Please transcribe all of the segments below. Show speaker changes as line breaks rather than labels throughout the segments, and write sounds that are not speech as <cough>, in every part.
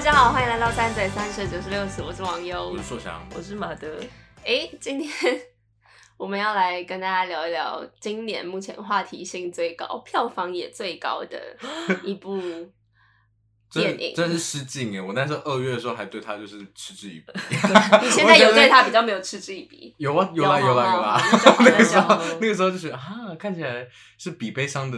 家好，欢迎来到三嘴三舌九十六尺，我是王优
我是。硕翔，
我是马德，
诶，今天我们要来跟大家聊一聊今年目前话题性最高、票房也最高的一部电影
真。真是失敬哎！我那时候二月的时候还对他就是嗤之
<laughs>
以鼻。
你现在有对他比较没有嗤之以鼻？
有啊，有啦，
有
有啦，
吗
有啦
那就。好
<laughs> 那个时
那
候
就好，
那个时候就是啊，看起来是比悲伤的，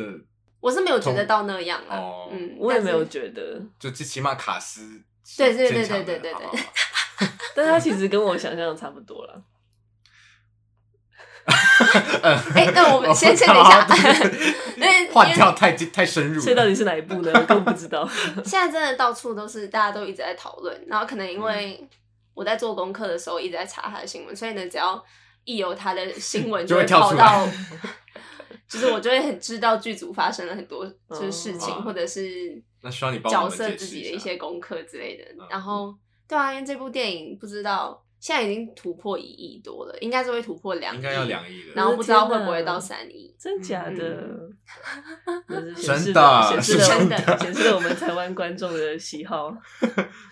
我是没有觉得到那样啦。
哦
嗯，
我也没有
但是。
觉得，
就最起码卡斯
对对对
坚强的
对对对对
好好好
但他其实跟我想象的差不多啦。
哎、那我
<laughs>
们先先等一下
哦
<laughs>
对对对
因为
<laughs> 换跳太太深入了，
所以到底是哪一部呢？我更不
<laughs>
知道。
现在真的到处都是，大家都一直在讨论。然后可能
嗯
因为我在做功课的时候一直在查他的新闻，所以呢，只要一有他的新闻，
就
会
会跳
跑
出
到
来， <laughs>
就是我就会很知道剧组发生了很多就是事情，
哦
或者是
那需要你帮我
角
们
色
解
自
释
己的
一
一
下
些功课之类的。
嗯
然后对啊，因为这部电影不知道现在已经突破一亿多了，应该是会突破两亿，
应该要两亿
然
了。
后不知道会
天哪
不会到三亿。
真假的？
嗯
那是显示
真的
了显示了
是真的
显示了我们台湾观众的喜好。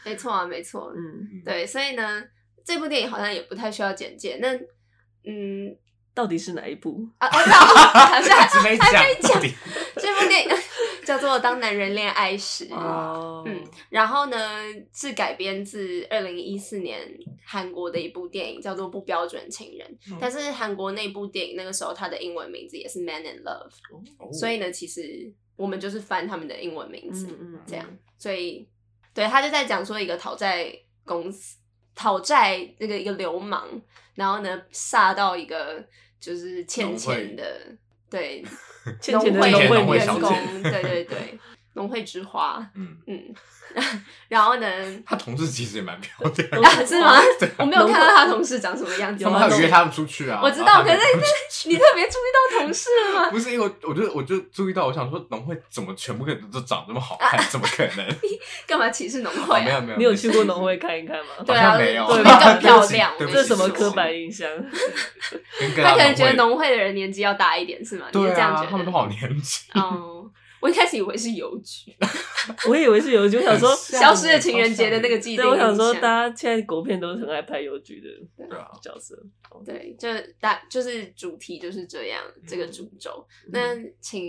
没错啊，没错，
嗯，
对，所以呢，这部电影好像也不太需要简介。那嗯
到底是哪一部？
啊，
<laughs>
我知道，好像
还没讲，到底
这部电影叫做《当男人恋爱时》，
哦，
嗯，然后呢是改编自二零一四年韩国的一部电影，叫做《不标准情人》。
嗯
但是韩国那部电影那个时候它的英文名字也是《Man in Love》，所
哦
哦
以呢，其实我们就是翻他们的英文名字，
嗯嗯，
这样。所以，对他就在讲说一个讨债公司讨债那个一个流氓，然后呢杀到一个就是欠钱的，对， <laughs>
欠钱的
农
农会
农
农会
员
小
员
姐
工
工，对对对，农会之花，
嗯，
嗯， <laughs> 然后呢，
他同事其实也蛮漂亮的，
<laughs>
啊 <laughs> 是吗？我没有
农
看到他同事长什么样子，
有
他们
吗
还
我
有
农
约他们出去啊。
我知道，
然后
可
他
是
们还 <laughs>
你特别注意到同事了 <laughs> 吗？
不是因为我我就我就注意到，我想说农会怎么全部个人都长这么好看？怎么可能？
干嘛歧视农会
哦没
啊？
有没有，
你有去过农会看一看吗？
对
好
啊，
像没有 <laughs>
农会更漂亮。
对不起
这
对不起
什么
科
刻板印象？ <laughs>
跟跟
他
他
可能觉得
农
农会的人年纪要大一点，是吗？
会
你是
对啊，
这样觉得？
他们都好年轻。
哦，我一开始以为是邮局，
我以 <laughs> 为是啊邮局，我想说，
很
消失的情人节的那个既定
对，我想说，
印象
大家现在国片都是很爱拍邮局的
对啊，
角色。
对，就大就是主题就是这样，这
嗯
个主轴。那请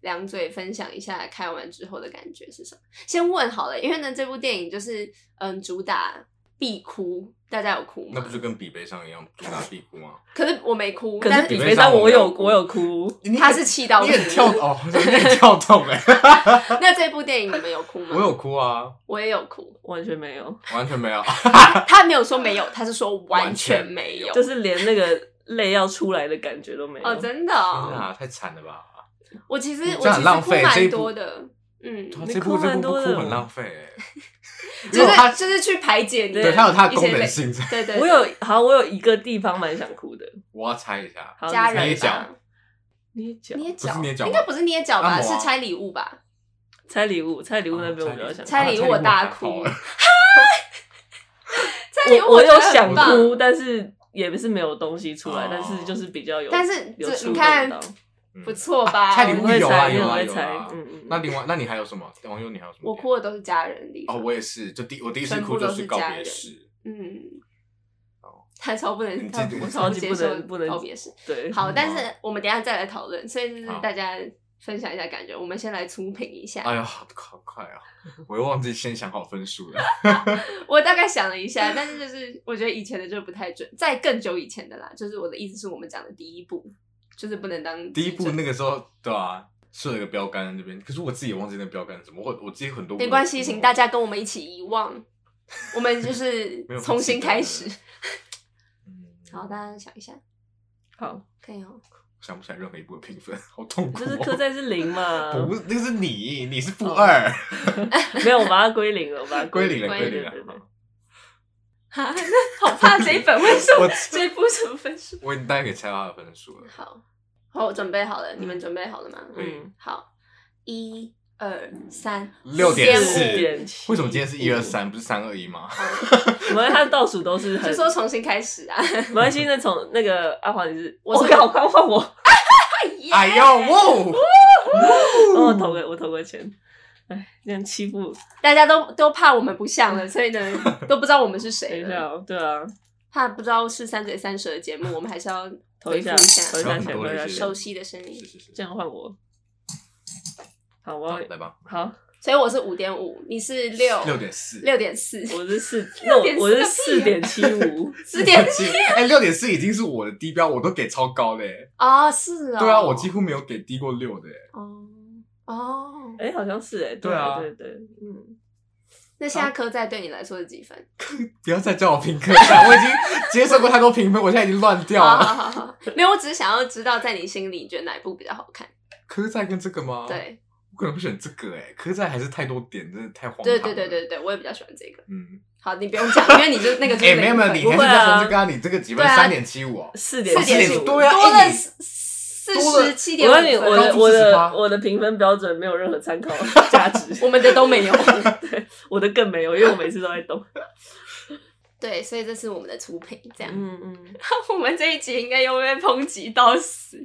梁嘴分享一下看完之后的感觉是什么？先问好了，因为呢，这部电影就是嗯，主打必哭，大家有哭
那
吗
不？就跟比悲伤一样，主打必哭吗？
可是我没哭，
可
但
是
是
比
比
悲
悲
伤
伤
我
我
有
有
我有哭，
他是气到
你
哭。
很跳哦，你很跳动哎，
<laughs> 那这部电影你们有哭吗？
<laughs> 我有，哭啊，
我也有哭。
<laughs> 完全没有，
完全没有。
他没有说没有，他是说完全没有。
就是连那个泪要出来的感觉都没有。
哦，真的 <laughs>
天
哦、
<laughs> 啊，太惨了吧！
我其实
你
我
嗯这
其
样很
实
浪
哭
费这一
蛮
部
多的，嗯，
哇
你
这
哭
部这
蛮
部不
多的
哭很浪
<laughs>
费哎，
就是
他
就是去排解你，
对它有它的功能，性在。
对对，对
我有好，我有一个地方蛮想哭的。
我要猜一下，
好
家
捏
人
脚
吧，
捏脚、
捏
不是
脚，
捏脚
应
吗
该不是捏脚吧，
按
是
摩啊
拆礼物吧？
拆礼物，拆
哦
礼物那边我比较想哭。
拆礼物我大哭
好啊了
拆礼物
我我
觉得
有
很
想
棒
哭，，但是也是没有东西出来，
哦
但是就是比较有，
但是
有
这
触
你
动
看
到
<laughs>
嗯
不错吧？
啊拆礼
我
物
会
有啊
猜，
有
我
啊
会
有啊
猜，嗯嗯。
那另外，那你还有什么？网友，你还有什么？
我哭的都是家人的地
哦，
方，
我也是，就第我第一次
全部
哭就
都是
告
家
别
人
式，
嗯
哦，
他超不能，
你
他
这
我
你
超
超级
接
不
受
能不能
告别式。
对，
好，
嗯
但是我们等一下再来讨论，所以就是
好
大家分享一下感觉，我们先来粗评一下。
哎呀，好快好快
<laughs>
啊！我又忘记先想好分数了。
我大概想了一下，但是就是我觉得以前的就不太准，在更久以前的啦，就是我的意思是我们讲的第一部，就是不能当
第一步
基准
那个时候，对啊，设了一个标杆在那边，可是我自己也忘记那个标杆是什么。我我自己很多
没关系，请大家跟我们一起遗忘，我们
<laughs>
就是
没有
重新开始。
嗯
<laughs> 好，大家想一下，
<laughs>
好，
可以哦。
想不起来任何一部的评分，好痛苦、哦。
就是科在是零嘛，
<laughs> 不是，那个是你，你是负
哦
二，
没有，我把它归零了，我把它
归零了，
归
归
零
零
对对对
了。
哈，那好怕这一本会是
我 <laughs>
这一部什么分数？
我已经大概可以猜到他的分数了。
好，好，我准备好了，你们准备好了吗？
对
嗯，
好，一二三，
六点
先
四
五
点七
为什么今天是一二？三，不是三二一吗？
我们看倒数都
<laughs>
是很
就说重新开始啊！ <laughs>
没关系，那从那个阿华，你是
我是
我好快换我，
<laughs>
<laughs>
哎呦，哇！
哦帮我投个我投个钱。这样欺负
大家都都怕我们不像
<laughs>
了，所以呢都不知道我们是
等
谁
一
了。
下哦，对啊，
怕不知道是三嘴三舌的节目，我们还是要
投一下，
回复一下
投一下
不
钱，投
要很多
一下
人
钱
熟，悉的声音
是。是是，
这样换我。好，我
好
要
哦
来吧，
<laughs>
好，
所以我是五点五，你是六
六点四，
六点四，
我是四，那我我
啊
是四点七
<laughs>
五，
四点
七，哎，六点四已经是我的低标，我都给超高嘞、
哦，是哦。
对啊，我几乎没有给低过六的、欸。
哦哦，
哎，好像是哎，
对啊
对对，对嗯，
那现在科在对你来说是几分？
不要再叫我评科了，我已经接受过太多评分，我现在已经乱掉
好
了。
好好好，没有，我只是想要知道，在你心里，你觉得哪一部比较好看？
科在跟这个吗？，
对
我可能会选这个哎、科在还是太多点，真的太荒唐。
对对对，对对，我也比较喜欢这个。
嗯，
好，你不用讲，因为你就是那个就
哎、
是
没有没有，
那个
你还是
不会
在
啊
分这个啊？你这个几分？
对啊
三点七五哦。
四点
分四点
四
五，
点对啊
多
哎
了
你
四
多了
十七
我
点五
告诉你，
分
我的，我的
48
我的评分标准没有任何
<laughs>
参考价值，
我们的都没
<laughs>
有。
我的更没有，因为我每次都在懂。
对，所以这是我们的初评，这样。
嗯嗯，
<laughs> 我们这一集应该又被抨击到死。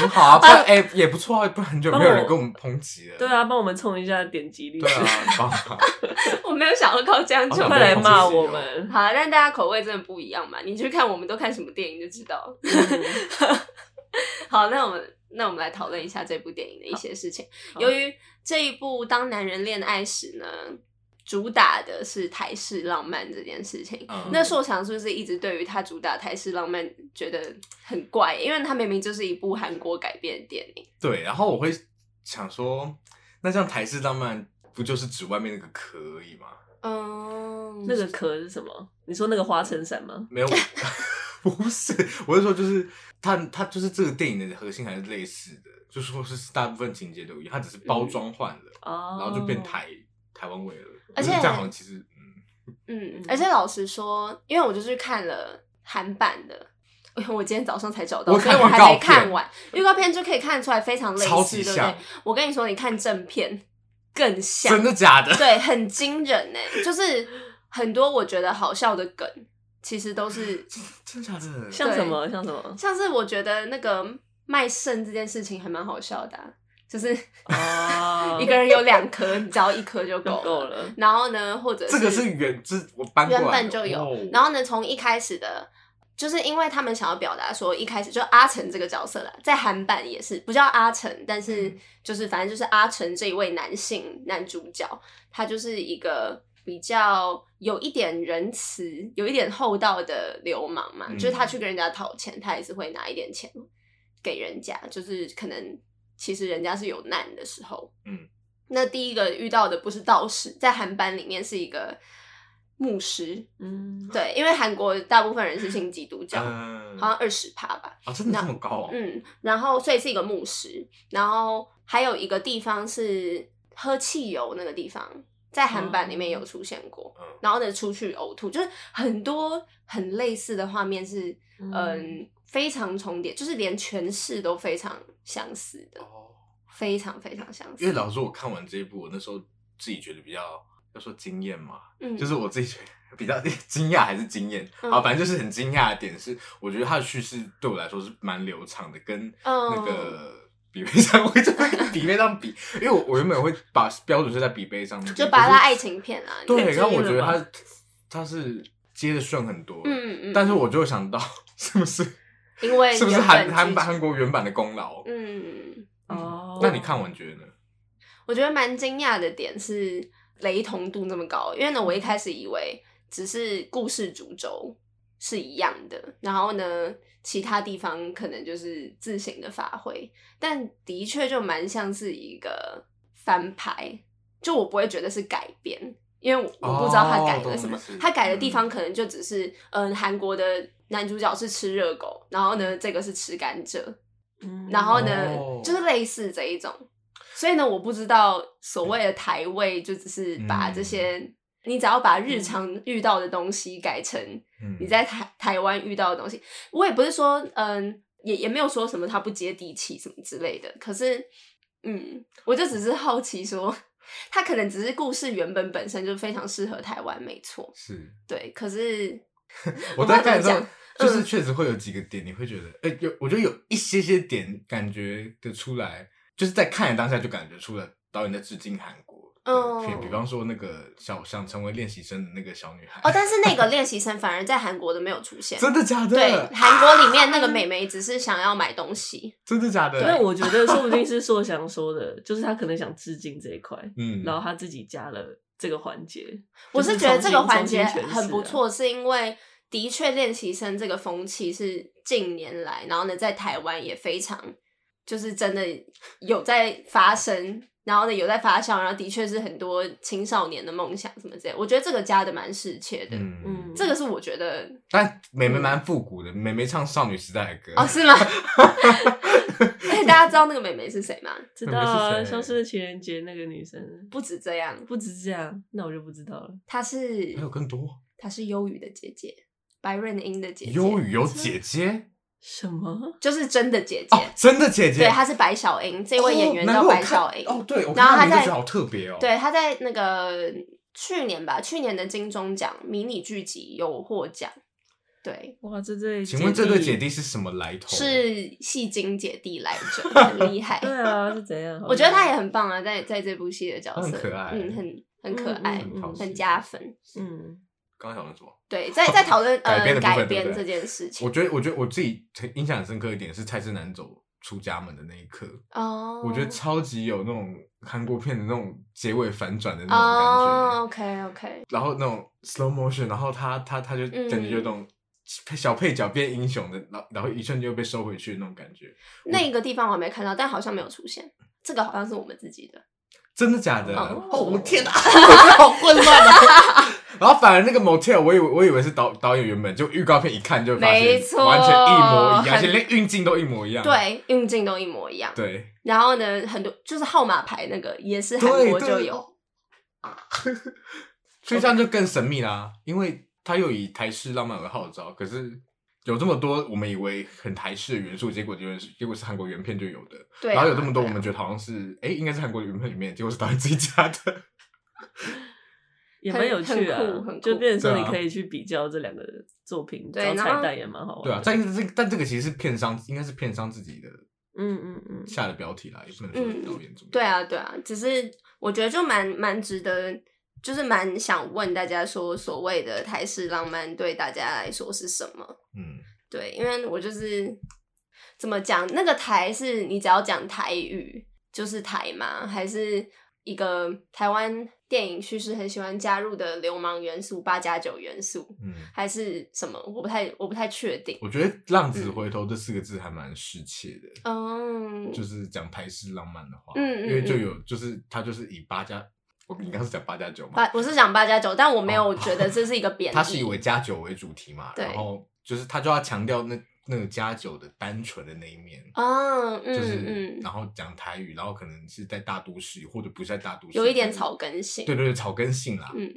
很好啊，
<laughs>
不然哎、也不错啊，不然很久没有人跟我们抨击了。
对，啊，帮我们冲一下点击率，
对啊，很棒啊，
我没有想要靠这样就
好想
快
好
被抨
来
击
骂
自己
我
哦
们。
但大家口味真的不一样嘛，你去看我们都看什么电影就知道。
嗯
<laughs> 好，那我们那我们来讨论一下这部电影的一些事情。
好
由于这一部《当男人恋爱时》呢，主打的是台式浪漫这件事情。
嗯
<laughs> 那硕强是不是一直对于他主打台式浪漫觉得很怪？因为他明明就是一部韩国改编的电影。
对，然后我会想说，那这样台式浪漫不就是指外面那个壳而已吗？
嗯，
<laughs> 那个壳是什么？你说那个花衬衫吗？
没有， <laughs> 我不是，我是说就是它它就是这个电影的核心还是类似的，就说是大部分情节都一样，它只是包装换了，
哦，
然后就变台台湾味了。
嗯而且
就是这样好像其实嗯，
嗯
嗯，
而且老实说，因为我就是看了韩版的，因为我今天早上才找到，
我
所以
看
我还
预告
没看
片
完。预告片就可以看得出来非常类
超
似，
级
对不对
像？
我跟你说，你看正片更像，
真的假的？ <laughs>
对，很惊人呢、就是很多我觉得好笑的梗，其实都是
真的假的？
像什么像什么？
像是我觉得那个卖肾这件事情还蛮好笑的啊、就是
<laughs> 哦，
一个人有两颗，你只要一颗就
就
够
够
了。
了。
然后呢，或者
这个哦是原这我搬过
原
来
本就有。然后呢，从一开始的，就是因为他们想要表达说，一开始就阿成这个角色啦，在韩版也是不叫阿成，但是就是反正就是阿成这一位男性男主角，他就是一个。比较有一点仁慈、有一点厚道的流氓嘛，
嗯
就是他去跟人家讨钱，他也是会拿一点钱给人家，就是可能其实人家是有难的时候，那第一个遇到的不是道士，在韩版里面是一个牧师，
嗯，
对，因为韩国大部分人是信基督教，
嗯，
好像
啊，
二十趴吧，
真的这么高哦？
嗯，然后所以是一个牧师，然后还有一个地方是喝汽油那个地方，在韩版里面有出现过，
哦嗯，
然后呢出去呕吐，就是很多很类似的画面是，嗯、
嗯
非常重叠，就是连诠释都非常相似的，
哦，
非常非常相似，
因为老实说，我看完这一部，我那时候自己觉得比较要说惊艳嘛，
嗯
就是我自己觉得比较 <laughs> 惊讶还是惊艳
嗯
啊，反正就是很惊讶的点是，我觉得他的叙事对我来说是蛮流畅的，跟
嗯
那个比杯上，我就会跟比杯上比，因为我我原本会把标准是在比杯上面比，
就把它
可是
爱情片啊，你
对，
太
然后
惊
我
了
觉得
吧
他他是接的顺很多，
嗯嗯，
但是我就想到是
<laughs>
不是
因为
是不是
原
韩
本
韩
剧
版
情
韩国原版的功劳？
嗯，
哦，
那你看完觉得呢？
我觉得蛮惊讶的点是雷同度这么高，因为呢，我
嗯
一开始以为只是故事主轴是一样的，然后呢，其他地方可能就是自行的发挥，但的确就蛮像是一个翻拍，就我不会觉得是改编。因为我我不知道他
哦
改
懂
了
你
什么
意思，嗯
他改的地方可能就只是，嗯，韩国的男主角是吃热狗，然后呢，这个是吃甘蔗，
嗯，
然后呢，
哦
就是类似这一种。所以呢，我不知道所谓的台位，就只是把这些，你只要把日常遇到的东西改成
嗯
你在台台湾遇到的东西。我也不是说，嗯，也也没有说什么他不接地气什么之类的。可是，嗯，我就只是好奇说，他可能只是故事原本本身就非常适合台湾，没错，
是。
对。可是不
我
知
在
道怎么
看的时候
讲，，嗯
就是确实会有几个点，你会觉得，哎、有，我觉得有一些些点感觉得出来，就是在看的当下就感觉出了导演在致敬韩国，的片，
嗯
比方说那个小想成为练习生的那个小女孩，
哦，但是那个练习生反而在韩国的没有出现。
<laughs> 真的假的？
对， <laughs> 韩国里面那个美眉只是想要买东西，
真的假的？
但我觉得说不定是硕翔说的， <laughs> 就是他可能想致敬这一块，
嗯，
然后他自己加了这个环节。
我
<laughs> 就是
觉得
重
这
新
个环节
重新诠释啊
很不错，是因为的确练习生这个风气是近年来，然后呢，在台湾也非常就是真的有在发生，然后呢有在发酵，然后的确是很多青少年的梦想什么之类，我觉得这个加的蛮适切的。
嗯嗯，
嗯，
这个是我觉得
但美眉蛮复古的，美眉唱少女时代的歌
嗯哦，
<laughs>
是吗？ <laughs> 哎，大家知道那个妹妹是谁吗？
知道啊，
是谁
消失的情人节那个女生，
不止这样，
不止这样，那我就不知道了。
她是
还有更多。
她是忧郁的姐姐，白润英的姐姐，
忧郁有姐姐
什么？
<laughs> 就是真的姐姐，
哦，真的姐姐，
对，她是白小英，这
这
位演员叫白小英。
哦，对，我
然后她
看她名字
在
觉得好特别哦。
对，，她在那个去年吧，去年的金钟奖迷你剧集有获奖，对，
哇，这对，
请问这对姐？弟是什么来头？
是戏精姐弟来
<laughs>
着，很厉害。
对啊，是怎样？
我觉得她也很棒啊，在在这部戏的角色，
她很可爱
嗯，很很可
嗯
爱，
很讨喜
很加分。
嗯，
刚刚想说什么？
对，在在讨论
<laughs> 改
呃
编的部分
改
对
编
不
这
对
件事情
我，觉得，我觉得我自己很印象很深刻一点是蔡志南走出家门的那一刻，
哦，
我觉得超级有那种韩国片的那种结尾反转的那种感觉，
哦，OK OK，
然后那种 slow motion，然后他他他就
嗯
感觉有种小配角变英雄的，然后然后一瞬间又被收回去的那种感觉，嗯
那个地方我还没看到，但好像没有出现。这个好像是我们自己的，
真的假的？
哦
哦，我
<laughs>
天哪，我觉得好混乱啊！然后反而那个 motel，我以为我以为是导导演原本就预告片一看就发
没
现
错
完全一模一
很
样，而且连运镜都一模一样。
对，运镜都一模一样。
嗯对，
然后呢，很多就是号码牌那个也是韩
对
国
对
就有，啊
<laughs> 所以这样就更神秘啦，因为它又以台式浪漫而号召，可是有这么多我们以为很台式的元素，结果就是结果是韩国原片就有的，
对啊，
然后有这么多
对
我
啊
们觉得好像是哎、诶应该是韩国的 <laughs> 原片里面，结果是导演自己加的，
也蛮有趣
很很
啊
酷很，酷
就变成说
对
你
啊
可以去比较这两个作品，
对
找
然后
彩蛋也蛮好玩的。
对啊，但这但这个其实是片商，应该是片商自己的
嗯嗯嗯，
下的标题啦，也不能说是导演怎么、
对，啊，对啊，只是我觉得就蛮蛮值得，就是蛮想问大家说，所谓的台式浪漫对大家来说是什么？
嗯，
对，因为我就是怎么讲，那个台是你只要讲台语就是台吗？还是一个台湾电影叙事很喜欢加入的流氓元素、八加九元素，
嗯，
还是什么？我不太我不太确定。
我觉得“浪子回头”这四个字还蛮适切的，
嗯，
就是讲台式浪漫的话，
嗯嗯
因为就有就是它就是以八加，你刚刚是讲八加九嘛，
八我是讲八加九，但我没有觉得这是一个贬义。
他哦是以为加酒为主题嘛，
对
然后就是他就要强调那那个加酒的单纯的那一面，
啊，嗯
就是、
嗯，
然后讲台语，然后可能是在大都市或者不是在大都市，
有一点草，根性。
对对对，草根性啦，
嗯，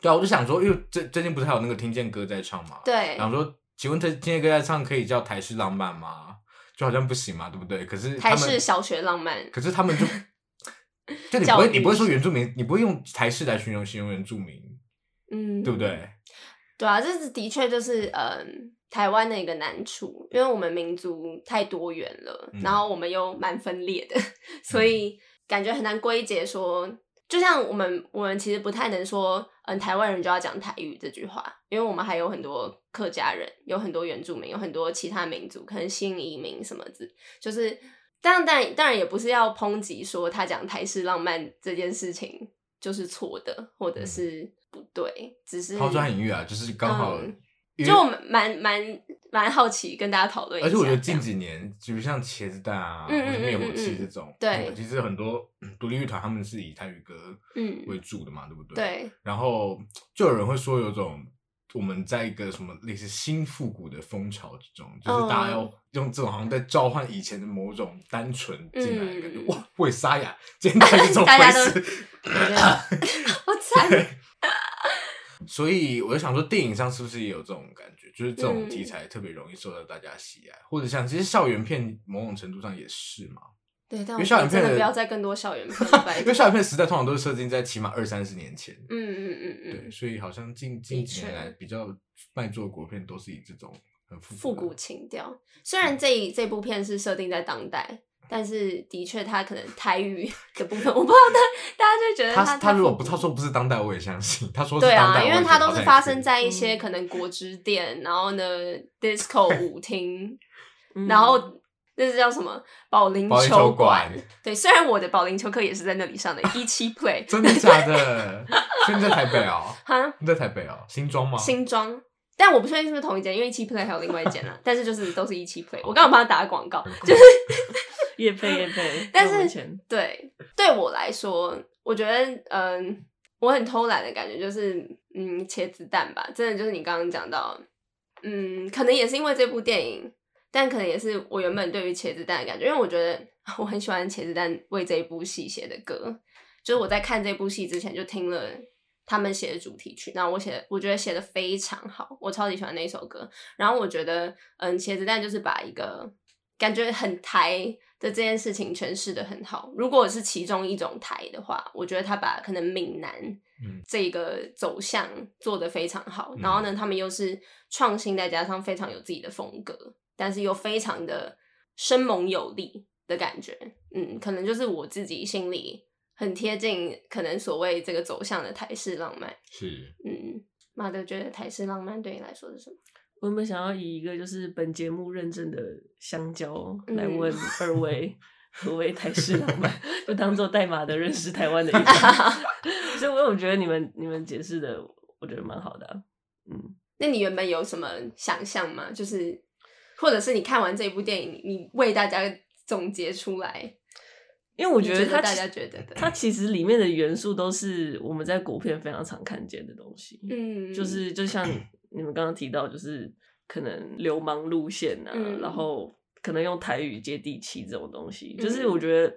对啊，我就想说，因为最最近不是还有那个听见歌在唱嘛，
对，
然后说，请问这听见歌在唱可以叫台式浪漫吗？就好像不行嘛，对不对？可是
台
他们
式小学浪漫。
可是他们
<laughs>
就，就你不
教
会
育
你不会说原住民，你不会用台式来形容形容原住民，
嗯，
对不对？
对啊，这是的确就是嗯，台湾的一个难处，因为我们民族太多元了，
嗯
然后我们又蛮分裂的， <laughs> 所以感觉很难归结说，就像我们我们其实不太能说，嗯，台湾人就要讲台语这句话，因为我们还有很多客家人，有很多原住民，有很多其他民族，可能新移民什么之，就是。当然，当然，当然也不是要抨击说他讲台式浪漫这件事情就是错的，或者是不对，只是
嗯抛砖引玉啊，就是刚好
嗯
因为
就我蛮蛮蛮蛮好奇跟大家讨论一下，
而且我觉得
这
近
样
几年，比如像茄子蛋啊、
嗯嗯
或者灭火
嗯嗯
器
嗯
这种，
对
其实很多嗯独立乐团他们是以台语歌
嗯
为主的嘛，对不对？。
对，
然后就有人会说，有种我们在一个什么类似新复古的风潮之中，就是大家
嗯
要用这种好像在召唤以前的某种单纯进来的感觉。
嗯
哇，会沙哑，今天到底是怎么
<laughs> 大
回
家都
事？ <laughs>
我觉得 <laughs> 我惨，
所以我就想说，电影上是不是也有这种感觉？就是这种
嗯
题材特别容易受到大家喜爱，或者像其实校园片某种程度上也是嘛。
对，但
因
我
为校园
真
片
的
的
不要再更多校园
<laughs>
片了，拜
因
托
为校园片时代通常都是设定在起码二三十年前，
嗯嗯嗯
对，
嗯，
所以好像近近几年
确
来比较卖座的国片都是以这种很复
复
古
古
的，嗯
情调。虽然这一这部片是设定在当代，但是的确他可能台语的部分，我不知道大大家就觉得
他
他
如果不他说不是当代，我也相信。他说是
对
当
啊，
代，
因为
他
它都是发生在一
嗯
些可能果汁店，然后呢
<laughs>
disco 舞厅，
嗯
然后那是叫什么保龄
保龄
球
球馆
对，虽然我的保龄球课也是在那里上的，一
<laughs>
期 play
真的假的？所以你在台北哦？
哈
你在台北哦？新庄吗？
新庄。但我不确定是不是同一间，因为一期 play 还有另外一间啊啦。但是就是都是一期 play，我刚刚帮他打广告。
就是
叶配叶 <laughs> 配，
但
给我们
是
钱
对，对我来说，我觉得，嗯、我很偷懒的感觉就是，嗯，茄子蛋吧，真的就是你刚刚讲到，嗯，可能也是因为这部电影，但可能也是我原本对于茄子蛋的感觉，因为我觉得我很喜欢茄子蛋为这一部戏写的歌，就是我在看这部戏之前就听了。他们写的主题曲，然后我写的，我觉得写的非常好，我超级喜欢那一首歌。然后我觉得，嗯，茄子蛋就是把一个感觉很台的这件事情诠释的很好。如果是其中一种台的话，我觉得他把可能闽南
嗯
这个走向做得非常好。然后呢，他们又是创新，再加上非常有自己的风格，但是又非常的生猛有力的感觉。嗯，可能就是我自己心里很贴近，可能所谓这个走向的台式浪漫。
是
嗯，马德觉得台式浪漫对你来说是什么？
我原本想要以一个就是本节目认证的香蕉来
嗯
<laughs> 问二位何为台式浪 <laughs> 漫，就当做代码的认识台 <laughs> 湾的一环。所以我有觉得你们你们解释的，我觉得蛮好的啊、嗯，
那你原本有什么想象吗？就是，或者是你看完这部电影，你为大家总结出来，
因为我
你
觉
觉
得它
大
其
家觉得的，
它其实里面的元素都是我们在国片非常常看见的东西。
嗯，
就是就
<clears throat>
像你们刚刚提到，就是可能流氓路线啊，
嗯
然后可能用台语接地气这种东西，
嗯
就是我觉得，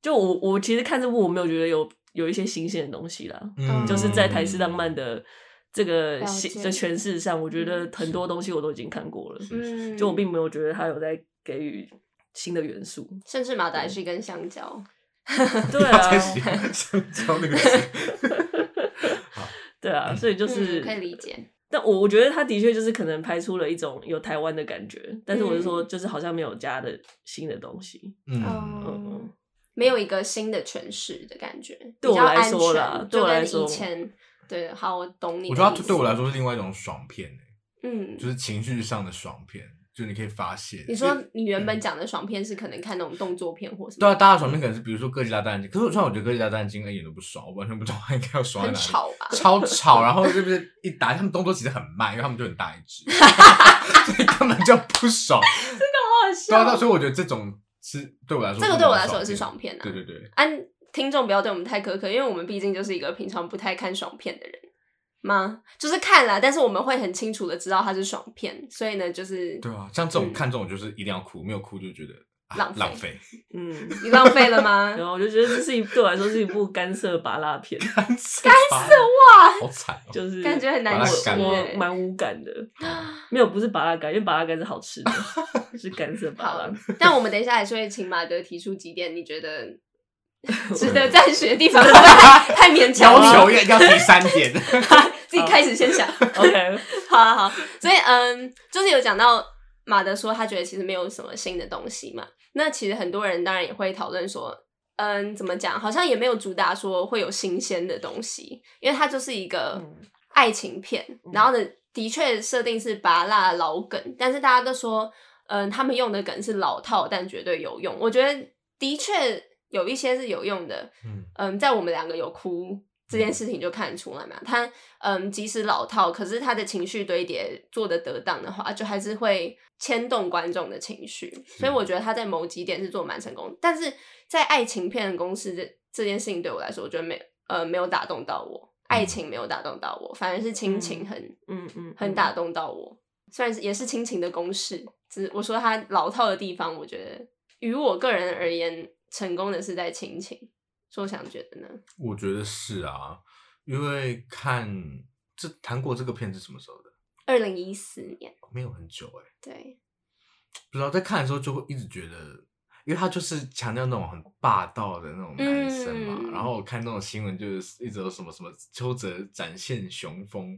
就我我其实看这部我没有觉得有有一些新鲜的东西啦，
嗯
就是在台式浪漫
<laughs>
的这个
了
新
解
的诠释上，我觉得很多东西我都已经看过了，
嗯，
就我并没有觉得他有在给予新的
<laughs>
元素，
甚至马达还是一根香蕉，
对啊
在， <laughs> 写香蕉那个字。
对啊，所以就、
就是嗯可以理解，
但我我觉得他的确就是可能拍出了一种有台湾的感觉，但是我是说，
嗯
就是好像没有加的新的东西。
嗯，
嗯，没有一个新的诠释的感觉，
对
比
我
较
来
安
说
全
啦对
就
我来
跟
说
以前对，好，我懂你，
我觉得它对我，来说是另外一种爽片、欸、
嗯，
就是情绪上的爽片，就你可以发泄。
你说
因为
你原本讲的爽片是可能看那种动作片或什
嗯对啊，
么，
大家的爽片可能是比如说《哥吉拉大战金》，可是我突然我觉得《哥吉拉大战金》一点都不爽，我完全不知道它应该要爽在
很
哪里。
吵吧？
<laughs> 超吵，然后是不是一打他们动作其实很慢，因为他们就很大一
<laughs>
只，所以根本就不爽。
好好
对啊，
笑
那，所以我觉得这种是对我来说，
这个对我来说也是爽片啊，
片。对对对，
安听众不要对我们太苛刻，因为我们毕竟就是一个平常不太看爽片的人嘛，就是看啦，但是我们会很清楚的知道它是爽片，所以呢，就是
对啊，像这种
嗯
看这种就是一定要哭，没有哭就觉得啊
浪费
浪费。 <laughs>
嗯，
你浪费了吗
啊
然？后我就觉得这是一 <laughs> 对我来说是一部干涉拔蜡片，
干死哇，好惨
<laughs>
哦！
就是
感觉很难
拔蜡干
我
欸啊
我蛮无感的，没有不是拔蜡干，因为拔蜡干是好吃
<laughs>
的，是干涉拔
好
蜡。，
但我们等一下还是会请马德提出几点你觉
<laughs>
得值得赞许的地方，太太勉强
要
了
求，啊要要提三
<laughs>
点，
自己开始先想。
OK，
<laughs> 好啊好，所以嗯，就是有讲到马德说他觉得其实没有什么新的东西嘛。那其实很多人当然也会讨论说，嗯，怎么讲，好像也没有主打说会有新鲜的东西，因为它就是一个
嗯
爱情片，然后呢，的确设定是拔辣老梗，但是大家都说，嗯，他们用的梗是老套，但绝对有用。我觉得的确有一些是有用的，
嗯，
嗯，在我们两个有哭这件事情就看得出来嘛。他嗯，即使老套，可是他的情绪堆叠做的得当的话，就还是会牵动观众的情绪。所以我觉得他在某几点是做得蛮成功的，但是在爱情片的公司这这件事情对我来说，我觉得没呃没有打动到我，爱情没有打动到我，反而是亲情很、
嗯嗯，
很打动到我。虽然是也是亲情的公式，只是我说他老套的地方，我觉得于我个人而言，成功的是在亲情。说想觉得呢？
我觉得是啊，因为看这韩国这个片是什么时候的？
二零一四年，
没有很久哎、
对，
不知道在看的时候就会一直觉得，因为他就是强调那种很霸道的那种男生嘛。
嗯
然后我看那种新闻，就是一直有什么什么邱泽展现雄风，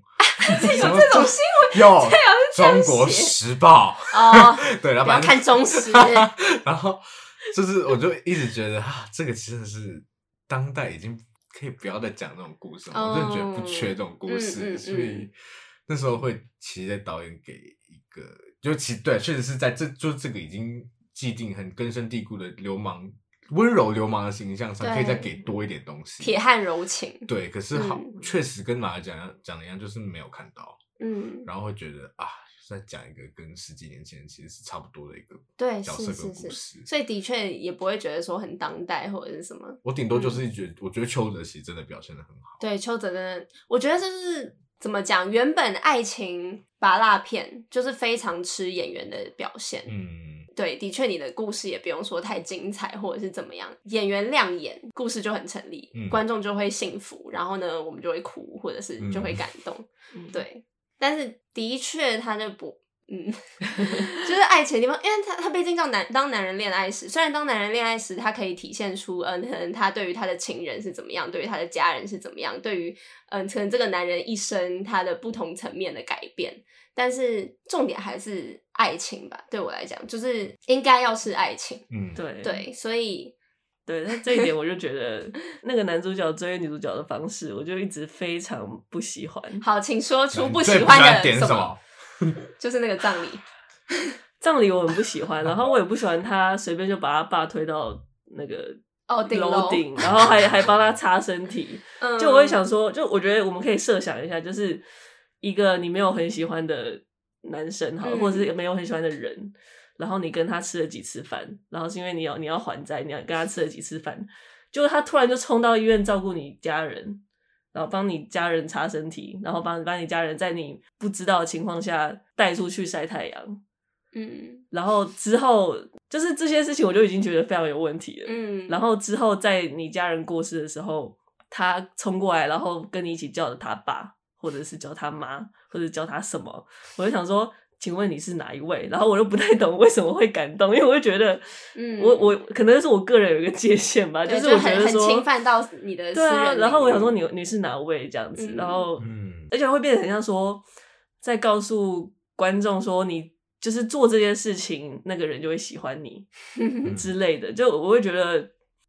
有
什
<laughs>
么
这种新
闻，有
这样
中国
写
时报，
哦，
<laughs> 对，然后
不要
反正
看中时，
<laughs> 然后就是我就一直觉得啊，这个真的是当代已经可以不要再讲这种故事了，我真的觉得不缺这种故
嗯嗯
事，
嗯
所以那时候会期待导演给一个，就其对，确实是在这就这个已经既定很根深蒂固的流氓温柔流氓的形象上，
对
可以再给多一点东西。
铁汉柔情，
对，可是好
嗯，
确、实跟马来讲讲的一样，就是没有看到，
<laughs> 嗯，
然后会觉得啊，在讲一个跟十几年前其实是差不多的一个
对
角
是
色
是
跟
是
故事。
所以的确也不会觉得说很当代或者是什么。
我顶
嗯
多就是觉得，我觉得邱泽其实真的表现的很好。
对，邱泽真的，我觉得这就是怎么讲，原本爱情拔蜡片就是非常吃演员的表现。
嗯，
对，的确，你的故事也不用说太精彩或者是怎么样，演员亮眼，故事就很成立，
嗯
观众就会幸福，然后呢，我们就会哭或者是就会
嗯
感动。
嗯，
对，但是的确，他就不。嗯， <laughs> 就是爱情的地方，因为他他毕竟当男当男人恋爱时，虽然当男人恋爱时，他可以体现出，嗯，可能他对于他的情人是怎么样，对于他的家人是怎么样，对于，嗯，可能这个男人一生他的不同层面的改变，但是重点还是爱情吧。对我来讲，就是应该要是爱情。
嗯，
对
对，所以
对，那这一点我就觉得那个男主角追女主角的方式，我就一直非常不
<laughs>
喜欢。
好，请说出
你
不
最
喜欢的
点
什
什
么，？就是那个葬礼。
葬礼我很不喜欢，然后我也不喜欢他随便就把他爸推到那个
哦顶楼
楼顶，然后还还帮他擦身体。
嗯，
就我会想说，就我觉得我们可以设想一下，就是一个你没有很喜欢的男生好了，
嗯
或者是没有很喜欢的人，然后你跟他吃了几次饭，然后是因为你要你要还债，你要跟他吃了几次饭，结果他突然就冲到医院照顾你家人，然后帮你家人擦身体，然后帮帮你家人在你不知道的情况下带出去晒太阳，
嗯
然后之后就是这些事情，我就已经觉得非常有问题了。
嗯，
然后之后在你家人过世的时候，他冲过来，然后跟你一起叫他爸，或者是叫他妈，或者叫他什么，我就想说。请问你是哪一位？然后我又不太懂为什么会感动，因为我会觉得
嗯
我，我可能是我个人有一个界限吧，
对
啊是我觉
很
得
很
说
侵犯到你的私
对啊，
人
然后
领
我想
域
说你你是哪位这样子，
<laughs> 嗯
然后
嗯，
而且会变得很像说在告诉观众说你就是做这件事情，那个人就会喜欢你，
<laughs>
嗯
之类的，就我会觉得，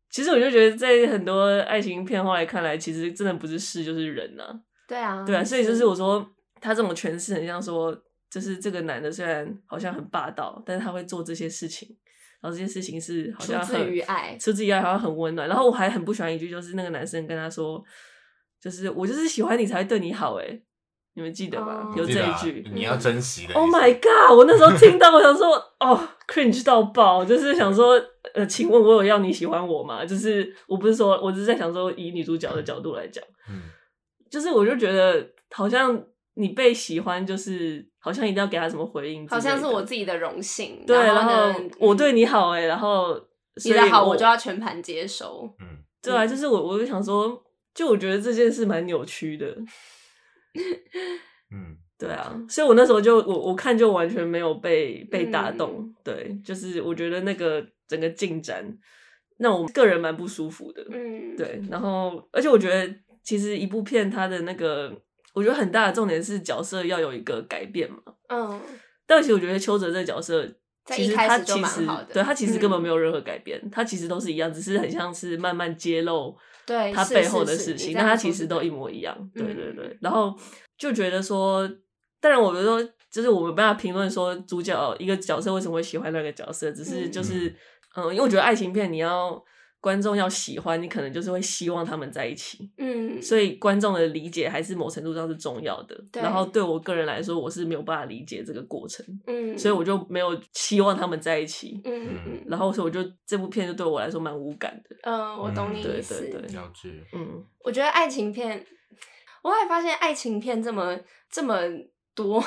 其实我就觉得，在很多爱情片后来看来，其实真的不是事就是人呐、啊，
对啊，
对啊，所以就是我说他这种诠释很像说，就是这个男的虽然好像很霸道，但是他会做这些事情，然后这些事情是好
出
像
自
很
于爱，
出自于爱，好像很温暖。然后我还很不喜欢一句，就是那个男生跟他说，就是我就是喜欢你才会对你好、欸，哎，你们记得吗
哦？
有
记
这
得
一
啊
句，
你要
嗯
珍惜的意思。
Oh my god！我那时候听到，我想说，哦，cringe 到爆，就是想说，呃，请问我有要你喜欢我吗？就是我不是说，我只是在想说，以女主角的角度来讲，
嗯，
就是我就觉得好像你被喜欢，就是好像一定要给他什么回应之类的，
好像是我自己的荣幸。
对，
然
然
呢
后我对你好哎、然后
你
所以
的好，我就要全盘接收。
嗯，
对啊，就是我我就想说，就我觉得这件事蛮扭曲的，
嗯，
对啊，所以我那时候就我我看就完全没有被被打动，
嗯
对，就是我觉得那个整个进展让我个人蛮不舒服的，
嗯，，
对，然后而且我觉得其实一部片它的那个我觉得很大的重点是角色要有一个改变嘛，
嗯，
但其实我觉得邱泽这个角色。
在
其
一
实
开
他
始就
其
蛮
实
好的
对他其实根本
嗯
没有任何改变，他其实都是一样，只是很像是慢慢揭露
对，
他
哎是
背
是
后的
是
事
你
情，
这
但
样
他
说
其
是
实都
对
一
的
模一样。
嗯
对对对，然后就觉得说，当然我们说，就是我没办法评论说主角一个角色为什么会喜欢那个角色，只是就是，嗯，因为我觉得爱情片你要观众要喜欢，你可能就是会希望他们在一起，
嗯，
所以观众的理解还是某程度上是重要的。
对
然后对我个人来说，我是没有办法理解这个过程，
嗯，
所以我就没有希望他们在一起。
嗯
嗯
嗯
然后，所以我就这部片就对我来说蛮无感的。
嗯，我懂
嗯
你
对
意
对
思。
对
了解。
嗯，
我觉得爱情片，我还发现爱情片这么这么多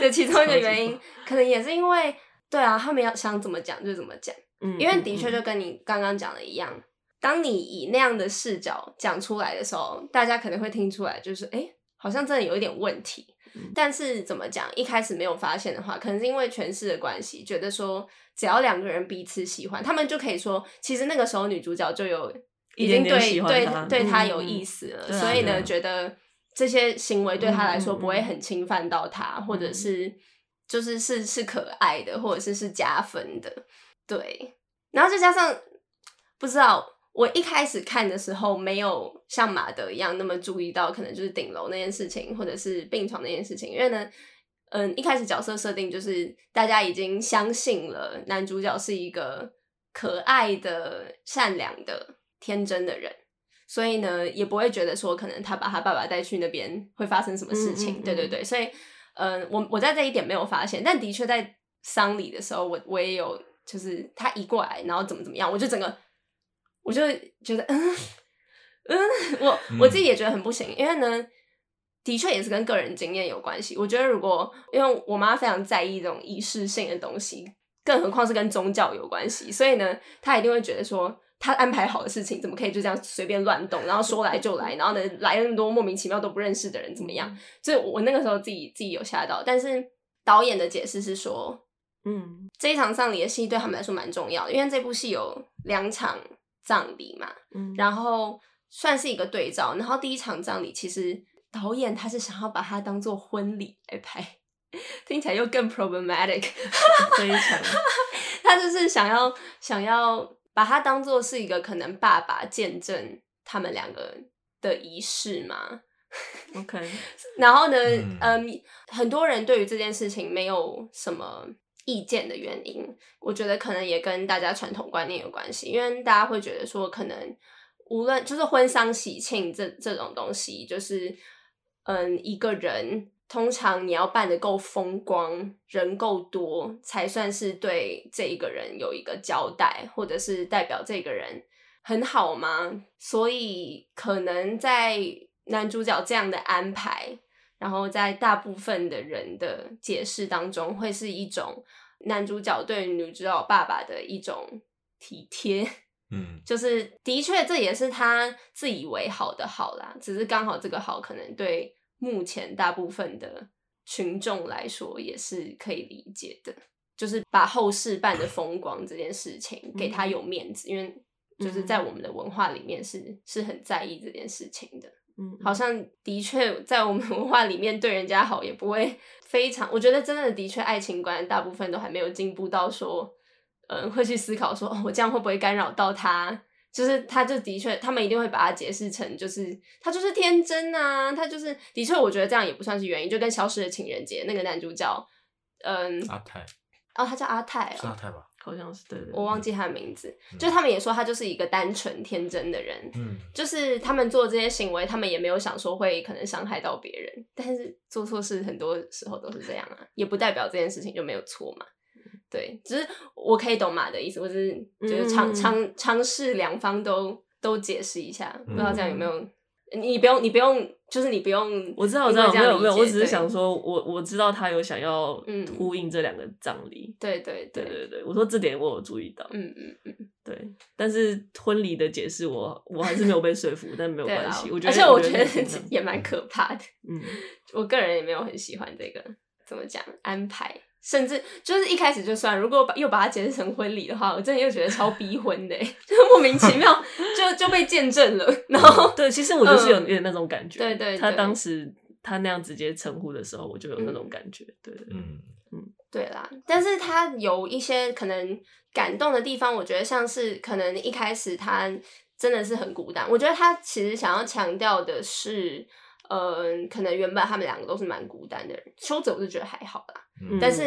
的其中一
超
个
级
原因
多，
可能也是因为，对啊，他们要想怎么讲就怎么讲，
嗯，
因为
嗯
的确
嗯
就跟你刚刚讲的一样，当你以那样的视角讲出来的时候，大家可能会听出来，就是哎、诶好像真的有一点问题。
嗯
但是怎么讲，一开始没有发现的话，可能是因为诠释的关系，觉得说只要两个人彼此喜欢，他们就可以说，其实那个时候女主角就有已
一
经
点
对
点喜欢他
对对他
嗯
有
嗯
意思了，
对啊
所以呢，
对啊
觉得这些行为对他来说
嗯嗯嗯
不会很侵犯到他，或
嗯
者是就是是是可爱的，或者是是加分的，对。然后再加上不知道，我一开始看的时候没有像马德一样那么注意到，可能就是顶楼那件事情，或者是病床那件事情，因为呢。嗯，一开始角色设定就是大家已经相信了男主角是一个可爱的、善良的、天真的人，所以呢，也不会觉得说可能他把他爸爸带去那边会发生什么事情。
嗯嗯嗯
对对对，所以，嗯，我我在这一点没有发现，但的确在丧礼的时候，我我也有，就是他移过来，然后怎么怎么样，我就整个，我就觉得，嗯嗯，我我自己也觉得很不行，因为呢，的确也是跟个人经验有关系。我觉得如果因为我妈非常在意这种仪式性的东西，更何况是跟宗教有关系，所以呢，她一定会觉得说。她安排好的事情怎么可以就这样随便乱动？然后说来就来，然后呢来了那么多莫名其妙都不认识的人怎么样？所以我我那个时候自己自己有吓到，但是导演的解释是说，
嗯
这一场葬礼的戏对他们来说蛮重要的，因为这部戏有两场葬礼嘛，
嗯，
然后算是一个对照。然后第一场葬礼，其实导演他是想要把它当做婚礼来拍，听起来又更 problematic。 <laughs>
非常 <laughs>
他就是想要想要把它当做是一个可能爸爸见证他们两个的仪式嘛，
OK，
然后呢，
嗯
嗯很多人对于这件事情没有什么意见的原因，我觉得可能也跟大家传统观念有关系，因为大家会觉得说，可能无论就是婚丧喜庆这这种东西，就是嗯，一个人通常你要办的够风光，人够多，才算是对这一个人有一个交代，或者是代表这个人很好吗？所以可能在男主角这样的安排，然后在大部分的人的解释当中，会是一种男主角对女主角爸爸的一种体贴， <laughs>
嗯
就是的确这也是他自以为好的好啦，只是刚好这个好可能对目前大部分的群众来说也是可以理解的，就是把后世办的风光这件事情给他有面子，因为。就是在我们的文化里面是是很在意这件事情的，
嗯，
好像的确在我们文化里面对人家好也不会非常，我觉得真的的确爱情观大部分都还没有进步到说，嗯，会去思考说哦，我这样会不会干扰到他？就是他就的确，他们一定会把它解释成就是他就是天真啊，他就是的确，我觉得这样也不算是原因，就跟《消失的情人节》那个男主角，嗯，
阿泰
哦，他叫阿泰、
是阿
哦，
泰吧？
好像是对对，
我
对
忘记他的名字，
嗯
就他们也说他就是一个单纯天真的人，
嗯，
就是他们做这些行为，他们也没有想说会可能伤害到别人，但是做错事很多时候都是这样啊，也不代表这件事情就没有错嘛。对，只是我可以懂马的意思，我只是就是尝
嗯
尝尝试两方都都解释一下，
嗯
不知道这样有没有？你不用，你不用，就是你不用，
我知道，我
因
知
为
道，
这
没
样
有没有，
理解
我只是
对
想说，我我知道他有想要
嗯
呼应这两个葬礼。
对对对，
对对对，我说这点我有注意到，
嗯嗯，
对，但是婚礼的解释我我还是没有被说服，但没有
对
关
啦
啊系，我觉
而
得
且我
觉
觉
得可以
得
这样
<laughs> 也蛮可怕的。
嗯，
我个人也没有很喜欢这个怎么讲安排，甚至就是一开始就算，如果把又把它解释成婚礼的话，我真的又觉得超逼婚的欸， <laughs> 就是莫名其妙就就被见证了， <laughs> 然后
对，其实我就是有
嗯
点那种感觉，
对对
他
对嗯
当时他那样直接称呼的时候，我就有那种感觉，对对对，
嗯
对啦，但是他有一些可能感动的地方，我觉得像是可能一开始他真的是很孤单，我觉得他其实想要强调的是。嗯，可能原本他们两个都是蛮孤单的人，邱泽我就觉得还好啦，
嗯
但是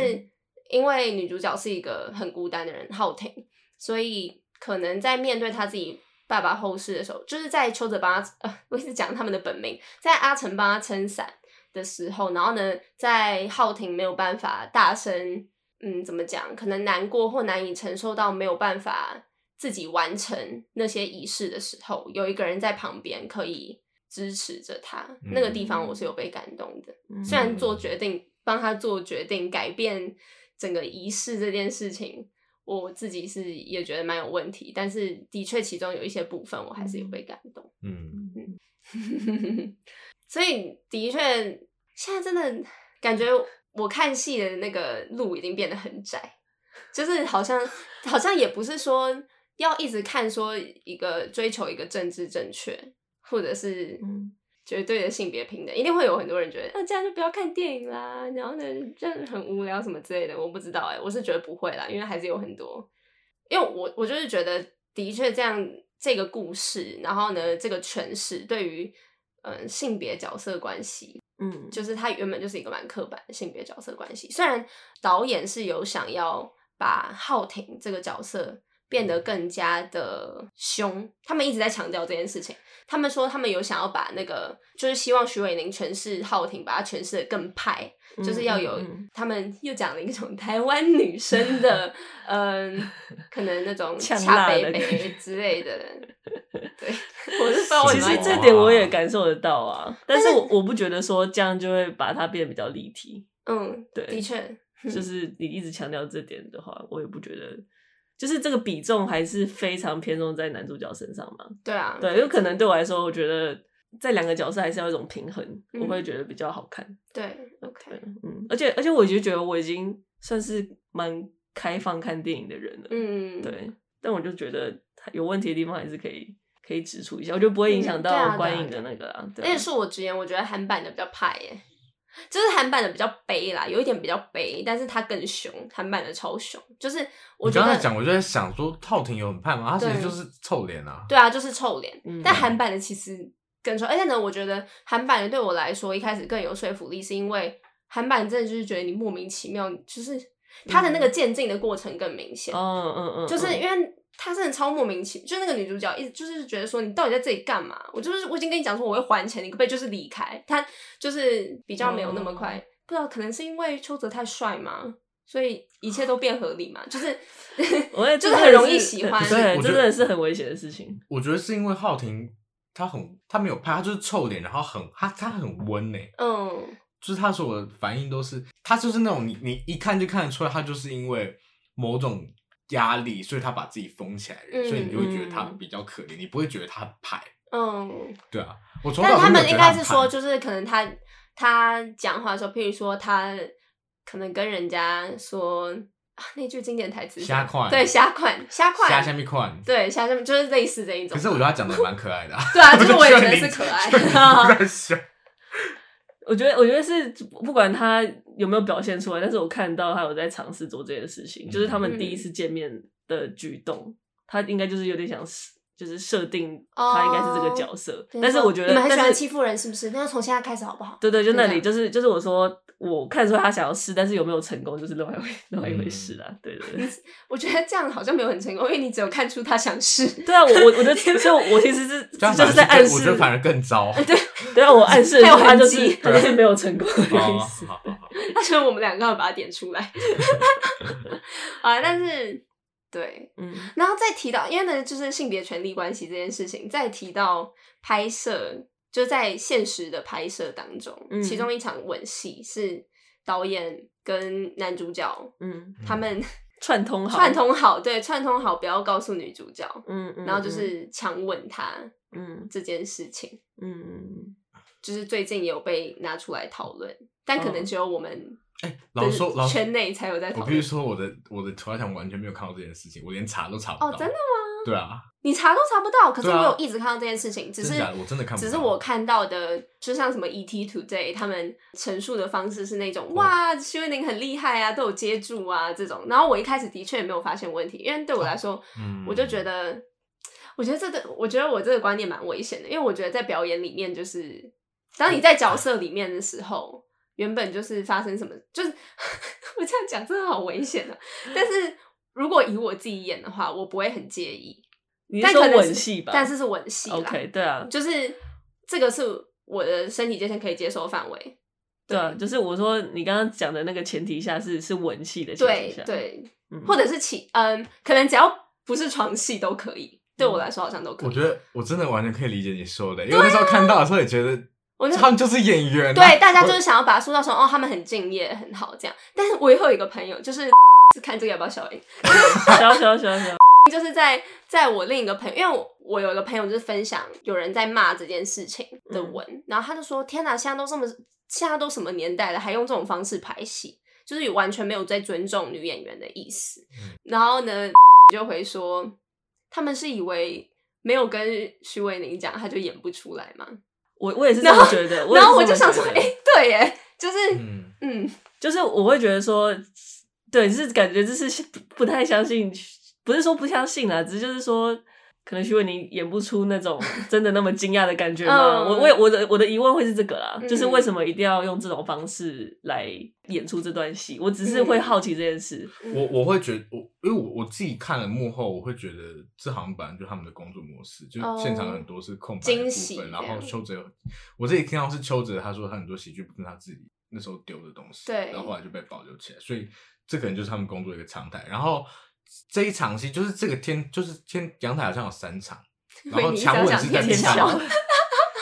因为女主角是一个很孤单的人，浩婷，所以可能在面对她自己爸爸后事的时候，就是在邱泽帮他，呃，我一直讲他们的本名，在阿成帮他撑伞的时候，然后呢，在浩婷没有办法大声，嗯，怎么讲，可能难过或难以承受到没有办法自己完成那些仪式的时候，有一个人在旁边可以支持着他，那个地方我是有被感动的。
嗯
虽然做决定帮他做决定改变整个仪式这件事情，我自己是也觉得蛮有问题，但是的确其中有一些部分我还是有被感动，
嗯，
嗯
所以的确现在真的感觉我看戏的那个路已经变得很窄，就是好像好像也不是说要一直看说一个追求一个政治正确。或者是
嗯
绝对的性别平等，一定会有很多人觉得，啊，这样就不要看电影啦，欸然后呢，这样很无聊什么之类的。我不知道哎、我是觉得不会啦，因为还是有很多，因为我我就是觉得，的确这样这个故事，然后呢，这个诠释对于嗯性别角色关系，
嗯，
就是它原本就是一个蛮刻板的性别角色关系。虽然导演是有想要把浩廷这个角色变
嗯
得更加的凶，他们一直在强调这件事情。他们说他们有想要把那个，就是希望徐伟宁诠释浩廷，把他诠释的更派，就是要有
嗯嗯嗯
他们又讲了一种台湾女生
<laughs>
的，嗯，可能那种
呛
恰
辣的
北
感觉
北之类
<laughs>
的，对，我是不知道为
其
什么
实
要啊
这
讲，
点我也感受得到啊，但是我我不觉得说这样就会把它变得比较立体，
嗯，
对
的确，
就是你一直强调这点的话，我也不觉得，就是这个比重还是非常偏重在男主角身上嘛。
对啊，
对，有可能对我来说，我觉得在两个角色还是要有一种平衡，
嗯
我会觉得比较好看。
对，OK，
嗯，而且而且我就觉得我已经算是蛮开放看电影的人了，
嗯，
对，但我就觉得它有问题的地方还是可以可以指出一下，我觉得不会影响
嗯对啊对
到
啊
观影的那个啊。对
而且恕我直言，我觉得韩版的比较派耶，就是韩版的比较悲啦，有一点比较悲，但是他更凶，韩版的超凶，就是我
你
觉
刚才
得
讲，我就在想说，浩廷有很派吗？他其
对
实就是臭脸啊。
对啊，就是臭脸。
嗯
但韩版的其实更臭，而且呢，我觉得韩版的对我来说一开始更有说服力，是因为韩版真的就是觉得你莫名其妙，就是他的那个渐进的过程更明显，
嗯嗯嗯，
就是
嗯
因为。他真的超莫名其妙，就那个女主角一直就是觉得说你到底在这里干嘛？我就是我已经跟你讲说我会还钱，你可不可以就是离开？他就是比较没有那么快，不知道可能是因为邱泽太帅嘛，所以一切都变合理嘛，就是 <laughs>
我也
就是很容易喜欢。
可是
对，
我觉
这真
得
的是很危险的事情。
我觉得是因为浩廷他很他没有派，他就是臭脸，然后很他他很温呢、欸
嗯，
就是他所有的反应都是他就是那种你你一看就看得出来，他就是因为某种压力，所以他把自己封起来的人，
嗯
所以你就会觉得他
嗯
比较可怜，你不会觉得他很派。
嗯，
对啊，我从小
但
就
他
没
们
有觉
应
得他
该
很
是
派
说，就是可能他他讲话的时候，譬如说他可能跟人家说啊那句经典台词是什么，
瞎款
对，瞎款，瞎款，
瞎下面看。
对，瞎下面就是类似这一种。，
可是我觉得他讲的蛮可爱的、啊
对 <laughs> 啊，
<laughs> 不
就是我也觉得
你
是可爱 <laughs> 啊
就你。在笑
我觉得，我觉得是不管他有没有表现出来，但是我看到他有在尝试做这件事情，
嗯
就是他们第一次见面的举动，他应该就是有点想设，就是设定他应该是这个角色。
对
但是我觉得，
哦你们很喜欢
但是
欺负人是不是？那就从现在开始好不好？
对对，就那里
就
就是就是我说我看出他想要试，但是有没有成功就是另外一回另外一回事
嗯
啦。对对对，
我觉得这样好像没有很成功，因为你只有看出他想试。
对啊，我
<laughs>
我我就所以，我其实是
这样
就
反而
是在
更
暗
我觉
示
得，反而更糟。
<laughs> 对，
对啊，我暗
<laughs>
示的时候
还有
他
痕
就是
迹
他就是没有成功的意
哦，
思。
好好好，
他觉得我们两个要把它点出来。 <laughs> 啊，但是对，
嗯
然后再提到，因为呢，就是性别权利关系这件事情，再提到拍摄，就在现实的拍摄当中，
嗯
其中一场吻戏是导演跟男主角
嗯，
他们
串通好，
串，通好，对，串通好，不要告诉女主角，
嗯嗯，
然后就是强吻她
嗯
这件事情，
嗯嗯。
就是最近也有被拿出来讨论，但可能
嗯
只有我们
哎，老
的
实说，老实
圈内才有在
我
讨
必须
论。
说，我的我的涂鸦墙完全没有看到这件事情，我连查都查不到。
哦，真的吗？
对啊，
你查都查不到，可是
对
我
啊
有一直看到这件事情，只
真
是
假的我真的看不
只
到
是我看到的，就像什么 ET Today，他们陈述的方式是那
哦
种哇，徐慧宁很厉害啊，都有接住啊这种。然后我一开始的确也没有发现问题，因为对我来说，
嗯，
我就觉得，我觉得这对，我觉得我这个观念蛮危险的，因为我觉得在表演里面，就是当
嗯
你在
哎
角色里面的时候，原本就是发生什么，就是 <laughs> 我这样讲真的好危险啊。但是如果以我自己演的话，我不会很介意，
你
但
是说
可能
吻戏吧？
但是是吻戏啦。
OK，对啊，
就是这个是我的身体界限可以接受的范围。
对啊，就是我说你刚刚讲的那个前提下是是吻戏的前提
对
下，，
对，
嗯
或者是起嗯，可能只要不是床戏都可以，对我来说好像都可以。
嗯我觉得我真的完全可以理解你说的，因为那时候看到的时候也觉得，
啊我就
他们就是演员啊，
对大家就
我
是想要把它塑造成哦，他们很敬业，很好这样。但是我以后有一个朋友，就是 <laughs> 是看这个要不要消音，
小小小小，
就是在在我另一个朋友，因为我我有一个朋友就是分享有人在骂这件事情的文，然后他就说：“天哪，现在都这么现在都什么年代了，还用这种方式排戏，就是完全没有在尊重女演员的意思。
嗯
然后呢，就回说他们是以为没有跟徐伟宁讲，他就演不出来嘛。
我我也是这么觉得，
然后我就想说，
说，
哎、对耶，就是
嗯，
嗯
<laughs> 就是我会觉得说，对，是感觉这是不太相信不是说不相信啦，只是就是说，可能徐伟宁演不出那种真的那么惊讶的感觉吗？
嗯
我我也我的我的疑问会是这个啦，
嗯
就是为什么一定要用这种方式来演出这段戏？我只是会好奇这件事。
我我会觉得，我因为我我自己看了幕后，我会觉得这好像本来就是他们的工作模式，就是
哦
现场有很多是空白的
惊
部
喜
分，
这
然后
样
邱泽，我自己听到是邱泽他说他很多喜剧不是他自己那时候丢的东西，
对
然后后来就被保留起来，所以这可能就是他们工作的一个常态。然后这一场戏就是这个天，就是天阳台好像有三场，
<laughs>
然后
你
强吻
想
是
想
在
天
上
桥
吗，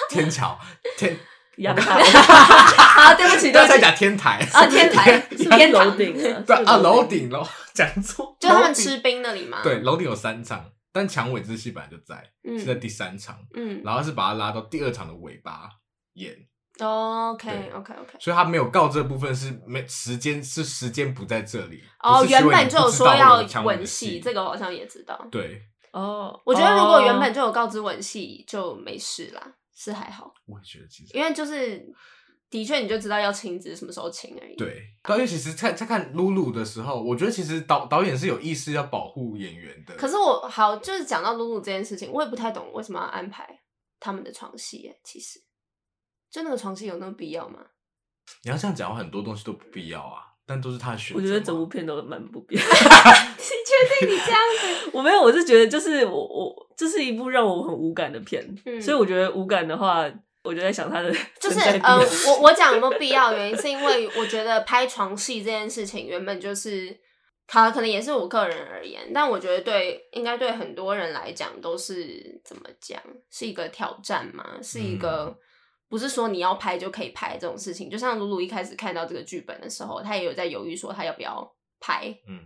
天桥
<laughs>
天，
阳 <laughs> 台
啊，嗯对不起，对
刚
不
才
起
讲天台
啊，天台
是
<laughs>
不是
天
楼
堂，
顶啊，
对
是
啊，楼顶楼讲错，
就他
楼
们
顶
吃冰那里吗？
对，楼顶有三场，但强伟这戏本来就在，是在
嗯
第三场，
嗯
然后是把它拉到第二场的尾巴演，
，OK
对
OK OK。
所以他没有告这部分是没时间是时间不在这里。
哦，
不是
原
徐伟宁
本就有
不知
说
道
要
有强伟的
吻戏，这个我好像也知道。
对，
哦。
我觉得如果原本
哦
就有告知吻戏，就没事啦，是还好，
我也觉得其实
因为就是的确你就知道要亲，只是什么时候亲而已。，
对，但因为其实在在看露露的时候，我觉得其实导导演是有意识要保护演员的。
可是我好就是讲到露露这件事情，我也不太懂为什么要安排他们的床戏耶。其实，就那个床戏有那个必要吗？ <laughs>
你要这样讲，很多东西都不必要啊，但都是他的选择
我
嘛。
觉得整部片都蛮不变。
你确定你这样子？
我没有，我是觉得就是我我这是一部让我很无感的片，
嗯
所以我觉得无感的话，我就在想它的
就是
存在必
呃
要，
我我讲有没有必要，原因是因为我觉得拍床戏这件事情原本就是，好，可能也是我个人而言，但我觉得对应该对很多人来讲都是怎么讲，是一个挑战嘛，是一个。
嗯
不是说你要拍就可以拍这种事情，就像露露一开始看到这个剧本的时候，她也有在犹豫说她要不要拍，
嗯，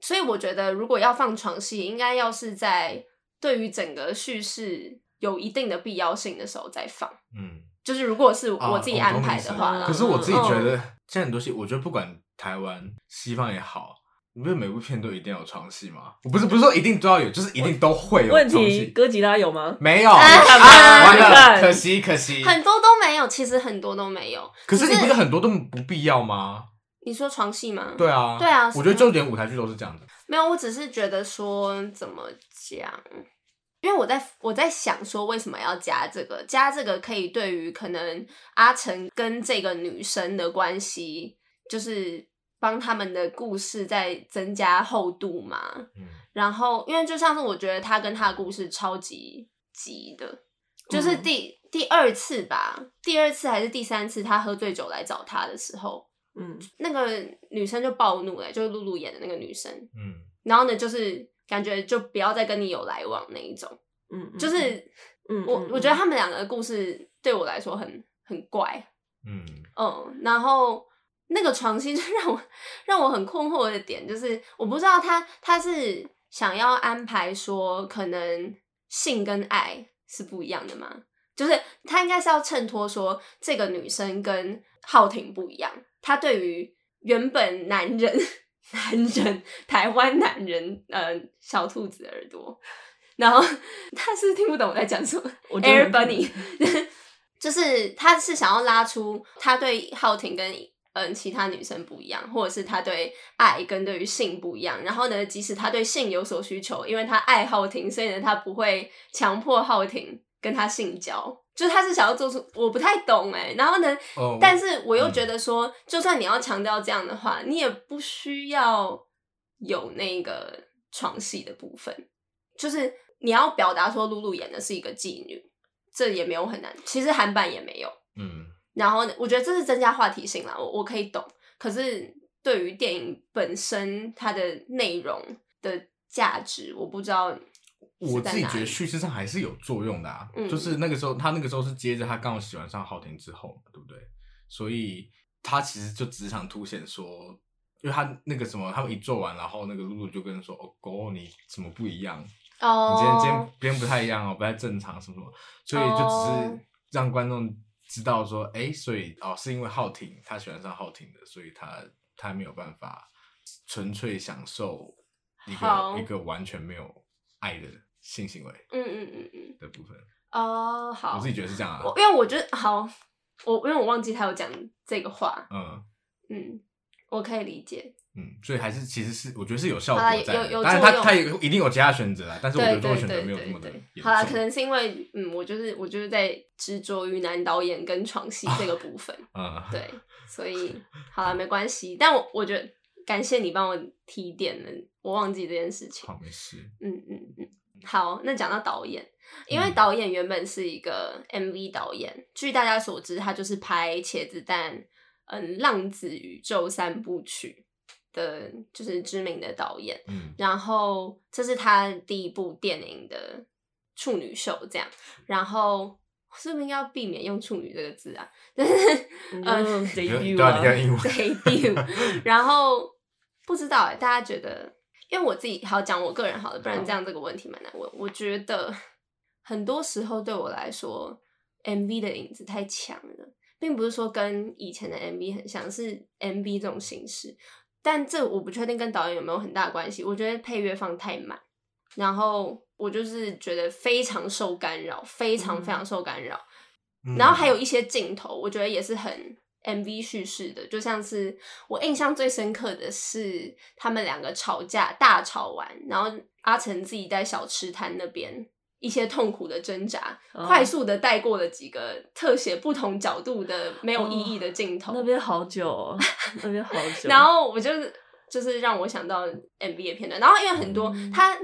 所以我觉得，如果要放床戏，应该要是在对于整个叙事有一定的必要性的时候再放。
嗯。
就是如果是
啊
我自己
懂
安
懂
排
你
的
意思
话啦，
可是我自己觉
嗯
得现在很多戏，我觉得不管台湾、西方也好，你不是每部片都一定要有床戏吗？我不是不是说一定都要有，就是一定都会有
问
床
题
戏。
哥吉拉有吗？
没有，
<laughs> 哎
啊
哎
完
你看
了，可惜可惜。
很多都没有，其实很多都没有。
可是你不是很多都不必要吗？
你说床戏吗？，
对啊，
对啊
我觉得就连舞台剧都是这样的。
没有，我只是觉得说怎么讲，因为我在我在想说为什么要加这个，加这个可以对于可能阿成跟这个女生的关系，就是帮他们的故事再增加厚度嘛。
嗯，
然后，因为就像是我觉得他跟他的故事超级急的，就是
嗯
第、第二次吧，第二次还是第三次，他喝醉酒来找他的时候，
嗯，
那个女生就暴怒了、就是露露演的那个女生。
嗯，
然后呢，就是感觉就不要再跟你有来往那一种。
嗯，嗯
就是
嗯，
我
嗯
我觉得他们两个的故事对我来说很很怪，
嗯，
嗯，然后那个床戏就 <laughs> 让我让我很困惑的点就是，我不知道他他是想要安排说，可能性跟爱是不一样的吗？就是他应该是要衬托说，这个女生跟浩廷不一样，她对于原本男人、 <laughs> 男人、台湾男人，呃，小兔子耳朵，然后 <laughs> 他是听不懂我在讲什么，
我觉得
Air Bunny，就是他是想要拉出他对浩廷跟嗯其他女生不一样，或者是他对爱跟对于性不一样。然后呢，即使他对性有所需求，因为他爱浩廷，所以呢他不会强迫浩廷跟他性交。就是他是想要做出，我不太懂哎、然后呢，
哦，
但是我又觉得说，就算你要强调这样的话，你也不需要有那个床戏的部分，就是你要表达说露露演的是一个妓女，这也没有很难。其实韩版也没有。
嗯，
然后呢我觉得这是增加话题性啦，我我可以懂。可是对于电影本身它的内容的价值，我不知道是
我
在
自己
哪
觉得
里
叙事上还是有作用的啊，
嗯
就是那个时候他那个时候是接着他刚好喜欢上浩廷之后嘛，对不对？所以他其实就只想凸显说，因为他那个什么，他们一做完，然后那个露露就跟他说：“哦，狗，你怎么不一样？你
哦，
今天今天今天不太一样哦，不太正常什么什么。”所以就只
哦
是让观众知道说，哎、所以哦是因为浩廷他喜欢上浩廷的，所以他他没有办法纯粹享受一
好
个一个完全没有爱的性行为。
嗯嗯嗯嗯，
的部分，
哦，好，
我自己觉得是这样啊。
我因为我觉得好，我因为我忘记他有讲这个话，
嗯，
嗯，我可以理解。
嗯，所以还是其实是我觉得是有效
好啦
果
有
在的
有有，
但是
作
他
用
他也一定有其他选择啦，但是我觉
对
得这个
对
选择
对
没有这
对
么的
对，
严
好啦，
重
可能是因为嗯，我就是我就是在执着于男导演跟床戏这个部
<laughs>
分，
嗯，
对，所以好了，没关系。但我我觉得感谢你帮我提点了，我忘记这件事情。
好没事，
嗯嗯嗯，好，那讲到导演，因为
嗯
导演原本是一个 MV 导演，据大家所知，他就是拍《茄子蛋》、嗯，《浪子宇宙》三部曲的，就是知名的导演。
嗯
然后这是他第一部电影的处女秀，这样。然后是不是应该要避免用“处女”这个字啊？ <laughs> 就是呃
嗯
你就
，debut
对啊，你看
啊，
英文，
debut。然后不知道哎、大家觉得？因为我自己好讲我个人好了，不然这样这个问题蛮难问。我觉得很多时候对我来说，MV 的影子太强了，并不是说跟以前的 MV 很像，是 MV 这种形式。但这我不确定跟导演有没有很大的关系。我觉得配乐放太满，然后我就是觉得非常受干扰，非常
嗯
非常受干扰。<laughs>
嗯
然后还有一些镜头，我觉得也是很 MV 叙事的，就像是我印象最深刻的是他们两个吵架大吵完，然后阿成自己在小吃摊那边一些痛苦的挣扎，
哦
快速的带过了几个特写不同角度的没有意义的镜头，
哦那边好久，哦，那边好
<laughs>
久。
然后我就是就是让我想到 MV 的片段，然后因为很多
嗯
它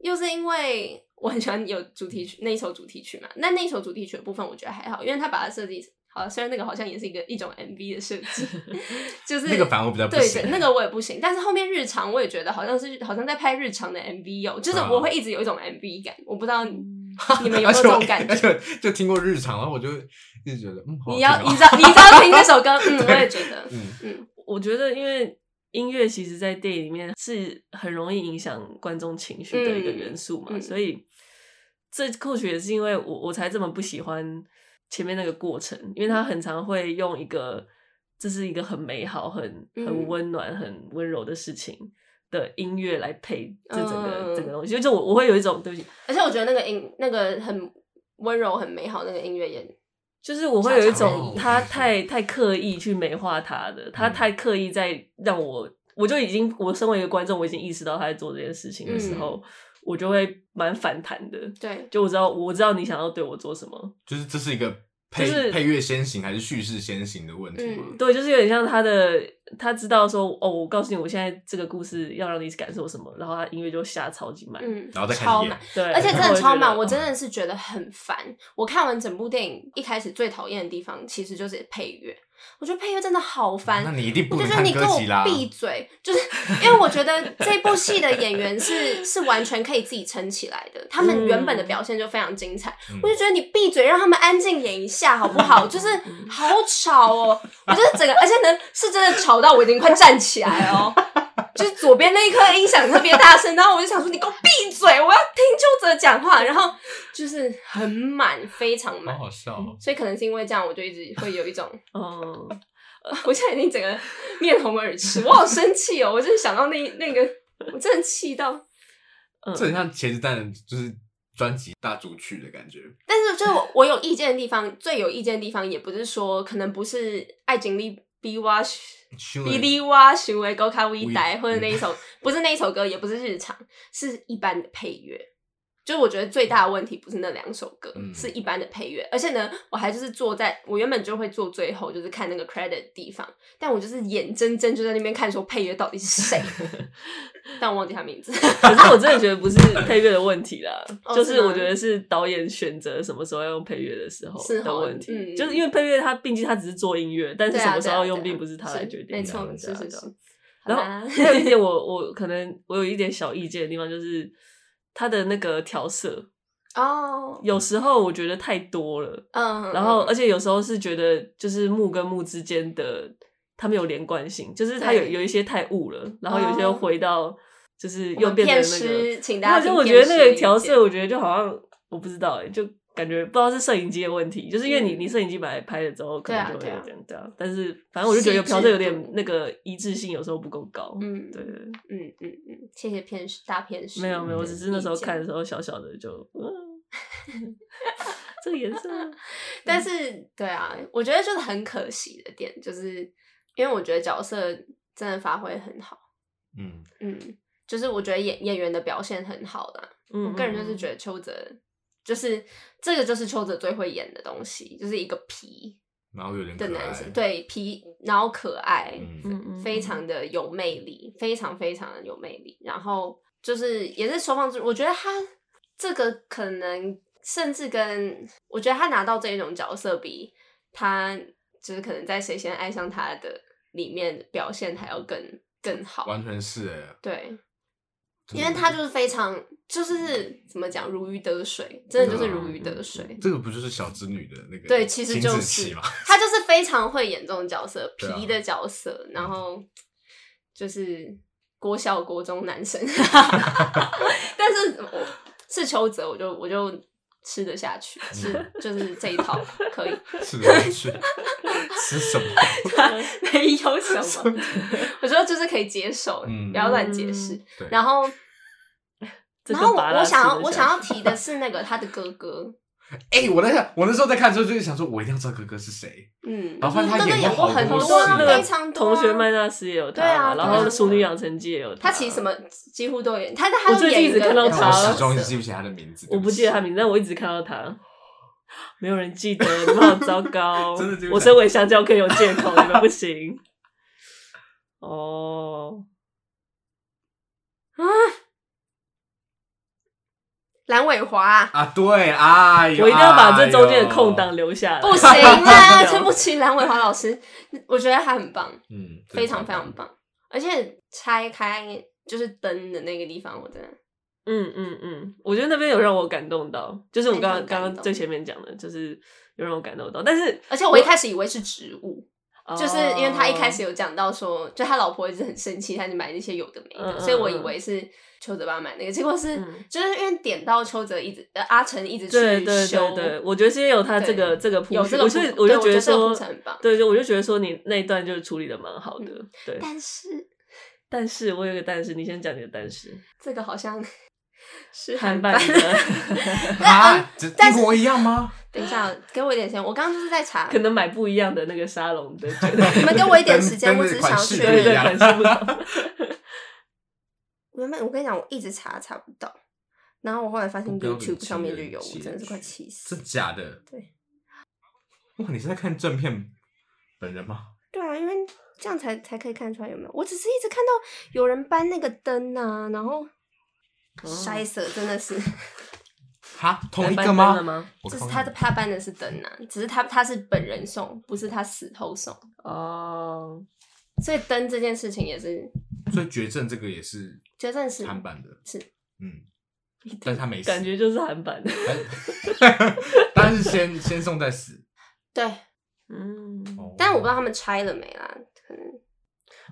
又是因为我很喜欢有主题曲那一首主题曲嘛，那那一首主题曲的部分我觉得还好，因为它把它设计好，虽然那个好像也是一个一种 MV 的设计，
<laughs>
就是
那个反而我比较不
对
行
对，那个我也不行，但是后面日常我也觉得好像是好像在拍日常的 MV 哦，就是
啊
我会一直有一种 MV 感，我不知道
嗯
你们有没有这种感
<laughs> 而
觉。
且我而且就听过日常，然后我就一直觉得，
<laughs>
嗯，好好
你要，
听
你
哦
知道，你知道听这首歌，嗯，我也觉得，
嗯，
我觉得，因为音乐其实，在电影里面是很容易影响观众情绪的一个元素嘛，
嗯嗯
所以这或许也是因为我我才这么不喜欢前面那个过程，因为他很常会用一个这是一个很美好、很很
嗯
温暖、很温柔的事情的音乐来配这整个、
嗯
整个东西，就就我我会有一种对不起，
而且我觉得那个音，那个很温柔、很美好，那个音乐也
就是我会有一
下场
种
而已
他太太刻意去美化他的，
嗯
他太刻意在让我，我就已经我身为一个观众，我已经意识到他在做这件事情的
嗯
时候，我就会蛮反弹的。
对，
就我知道，我知道你想要对我做什么，
就是这是一个配、
就是
配乐先行还是叙事先行的问题嘛。
嗯
对，就是有点像他的，他知道说，哦，我告诉你，我现在这个故事要让你感受什么，然后他音乐就下超级满，
嗯，
然后再开
超
始演
满，
对，
而且真
然后
的
我就
超
觉得
满，我真的是觉得很烦。我看完整部电影，一开始最讨厌的地方其实就是配乐，我觉得配乐真的好烦。
那你一定
我
不
就觉
能
得
看
你给
歌
我
集啦。
闭嘴，就是因为我觉得这部戏的演员是是完全可以自己撑起来的，他们原本的表现就非常精彩。
嗯
我就觉得你闭嘴，让他们安静演一下好不好？就是好吵哦，我就是整个，而且呢是真的吵到我已经快站起来哦。就是左边那一颗音响特别大声，然后我就想说你给我闭嘴，我要听邱泽讲话。然后就是很满，非常满
好，好笑、哦。
所以可能是因为这样，我就一直会有一种，
嗯，
<laughs> 我现在已经整个面红耳赤，我好生气哦！我就是想到那那个，我真的气到。
嗯
这很像茄子蛋，就是专辑大主曲的感觉。
但是就是我我有意见的地方，最有意见的地方也不是说可能不是爱情力。B 哇，哔哩哇，行为高咖 V 呆，
嗯
或者那一首，不是那一首歌，也不是日常，是一般的配乐。就是我觉得最大的问题不是那两首歌，
嗯
是一般的配乐。而且呢，我还就是坐在我原本就会坐最后，就是看那个 credit 的地方，但我就是眼睁睁就在那边看说配乐到底是
<laughs>
谁，但我忘记他名字。
可是我真的觉得不是配乐的问题啦
<laughs> ，哦
就是
是吗
我觉得是导演选择什么时候要用配乐的时候
是
的
哦
问题，
嗯
就是因为配乐它毕竟它只是做音乐，但是
对啊
什么时
对
候
啊
用
对啊
并不是他来决定的，
没错
对啊
是是
对啊
是
然
好
后
啦
<laughs> 还有一点我，我可能我有一点小意见的地方就是它的那个调色，
哦，
有时候我觉得太多了，
嗯，
然后而且有时候是觉得就是木跟木之间的他们有连贯性，就是它有
对
有一些太雾了，然后有一些又
哦
回到就是
我
又
们
变
片
成那个。
师，请大
那
家
就
听
我觉得
片
那
师
个
意
调
见
色，我觉得就好像我不知道哎、就感觉不知道是摄影机的问题，就是因为你
嗯
你摄影机本来拍了之后，可
对啊
能就会
对啊
有点这样。但是反正我就觉得有调色有
细致
点
度
那个一致性，有时候不够高。
嗯
对，对，对
嗯嗯嗯，谢谢片师大片师。
没有没有，我只是那时候
意见
看的时候小小的就，嗯，
<laughs>
这个颜色，
但是对啊，我觉得就是很可惜的点，就是因为我觉得角色真的发挥很好，
嗯，
嗯，就是我觉得演演员的表现很好啦。我
嗯，
个人就是觉得邱泽，就是这个就是邱泽最会演的东西，就是一个皮
然后有点可
的
爱
男生，，对皮，然后可爱，
嗯，
嗯，嗯嗯，
非常的有魅力，非常非常的有魅力。然后就是也是收放自如，我觉得他这个可能甚至跟我觉得他拿到这一种角色比，他就是可能在《谁先爱上他的》里面表现还要更更好。
完全是哎，
对，
真
因
的
为他就是非常就是怎么讲如鱼得水，真的就是如鱼得水。
这个不就是小织女的那个
对其实
金
就是
子琪嘛，
他就是非常会演这种角色，
对啊嗯
皮的角色，然后就是国小国中男
<laughs>
生，但是我是邱泽，我就我就吃得下去，吃
<laughs>
就是这一套可以，
是的， <laughs> 是吃什么？
没有什么， <laughs> 我说就是可以接受，
嗯
不要乱解释
嗯。
对，
然后，
这
然
个
后我
拔蜡
我想要
式的
我
想
想要提的是那个他的哥哥，
哎、我在想，我那时候在看的时候就是想说，我一定要知道哥哥是谁。
嗯，
然后发现他
哥哥
演
演过
过
很
好多
多啊，
戏
非常多啊。
同学麦纳斯也有他
对啊
嘛，然后
对啊
《熟女养成记》也有
他其实什么几乎都有演，他他
我最近一直看到
但
他
我
了
始终是记不起他的名字，
我
对
不
起。
记得他名字，但我一直看到他，没有人记得，你们好糟
<laughs>
糕
真的对不起
我身为香蕉可以有借口，你们不行。哦，
啊，蓝伟华
啊，对，哎呦，
我一定要把这中间
哎呦
的空档，留下来。
不行
<laughs>
啊，撑不起蓝伟华老师，我觉得他很棒，
嗯，
非常非常棒，而且拆开就是灯的那个地方，我真的
嗯嗯嗯，我觉得那边有让我感动到，就是我刚
非
刚
常感
刚
动
刚最前面讲的，就是有让我感动到，但是
而且我一开始以为是植物，
哦
就是因为他一开始有讲到说，就他老婆一直很生气，他就买那些有的没的，
嗯嗯
所以我以为是邱泽帮他买那个，结果是、
嗯
就是因为点到邱泽一直呃阿成一直去修，
对对对对，我觉得是因为有他这个
对
这个铺
有
叙
这个
我
铺
就
对
我就
我觉
得
得这个
说
铺陈很棒嗯
对对，我就觉得说你那一段就是处理的蛮好的，对。
但是
但是我有一个但是，你先讲你的但是，
这个好像 <laughs> 是
韩
韩
版
版，
的 <laughs>
啊，这
嗯但
一
是
模一样吗？
<laughs> 等一下，给我一点时间，我刚刚就是在查
可，能买不一样的那个沙龙
<laughs>
的，对
你们给我一点时间，
<laughs> 跟
我只是想要确
跟那
对
个款式不一
对，
认
样。
款式
<laughs>
不同。
我原本我跟你讲，我一直查查不到，然后我后来发现
不标准
YouTube 上面就
情人
有，我
节
真的是快气死
真。假的？
对。
哇，你是在看正片本人吗？
对啊，因为这样才才可以看出来有没有。我只是一直看到有人搬那个灯啊，然后
哦
筛色真的
<laughs>
是，
哈，同一
白
个
班
吗
的？吗？
我
就是
靠
他的他搬的是灯啊，只是他他是本人送，不是他死后送，
哦，
所以灯这件事情也是
所以绝症这个也是
绝症是
韩版的，
是
嗯，但是他没死，
感觉就是韩版的。
但 <laughs> 但是先先送再死。
对，
嗯，
哦
但我不知道他们拆了没啦，可能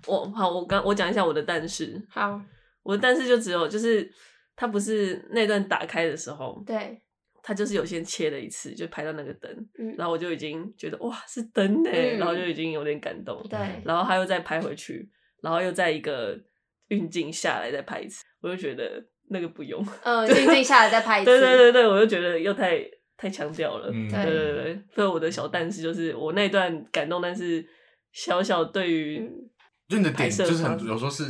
我好，我刚我讲一下我的但是，
好
我的但是就只有就是他不是那段打开的时候，
对，
他就是有先切了一次，就拍到那个灯，
嗯，
然后我就已经觉得哇是灯呢、
嗯
然后就已经有点感动。
嗯
对，
然后他又再拍回去，然后又在一个运镜下来再拍一次，我就觉得那个不用。
呃，静静下来再拍一次，
<laughs> 对对对对，我就觉得又太太强调了。
嗯，
对
对对对，所以我的小但是就是我那一段感动，但是小小对于
嗯
就你的点
拍摄
就是
方
很有时候是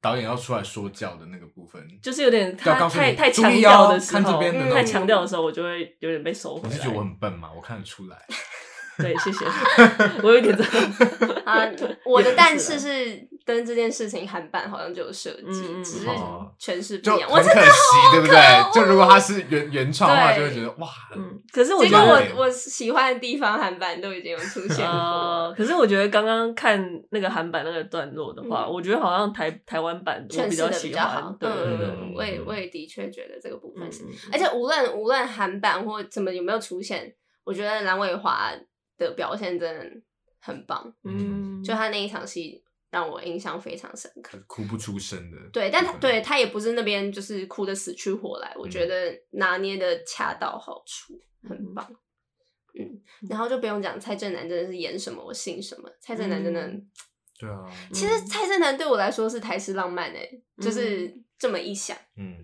导演要出来说教的那个部分，
就是有点
要
他
告诉
太
你
太
注
强
意
调
哦
的时
看这
候，
边
嗯
的
太
东西
强调的时候，我就会有点被收回
你
来
是。觉得我很笨吗？我看得出来。
<laughs>
对，谢
<laughs>
谢，我有一点这种。
啊，我的但是
也不是
是灯这件事情，韩版好像就有设计，
嗯嗯嗯
只是
哦
诠释不
就
一样。我
很
真
可
的，
惜，对不
可
对？就如果他是原原创的话，就
对
会觉得哇，
嗯，可是我
结
觉
果
得
对
我我喜欢的地方，韩版都已经有出现过，
呃，可是我觉得刚刚看那个韩版那个段落的话，
嗯
我觉得好像台台湾版我
诠释
较
的
喜
较好
欢。。对对对，
嗯，
对
我也我也的确觉得这个部分
嗯
是，而且无论无论韩版或怎么有没有出现，我觉得蓝伟华的表现真的很棒，
嗯，
就他那一场戏让我印象非常深刻。
哭不出声的。
对，但他对他也不是那边就是哭的死去活来，我觉得拿捏的恰到好处，很棒。嗯，然后就不用讲蔡正南真的是演什么我信什么，蔡正南真的，
嗯
对啊，
其实蔡正南对我来说是台式浪漫诶、就是这么一想，
嗯，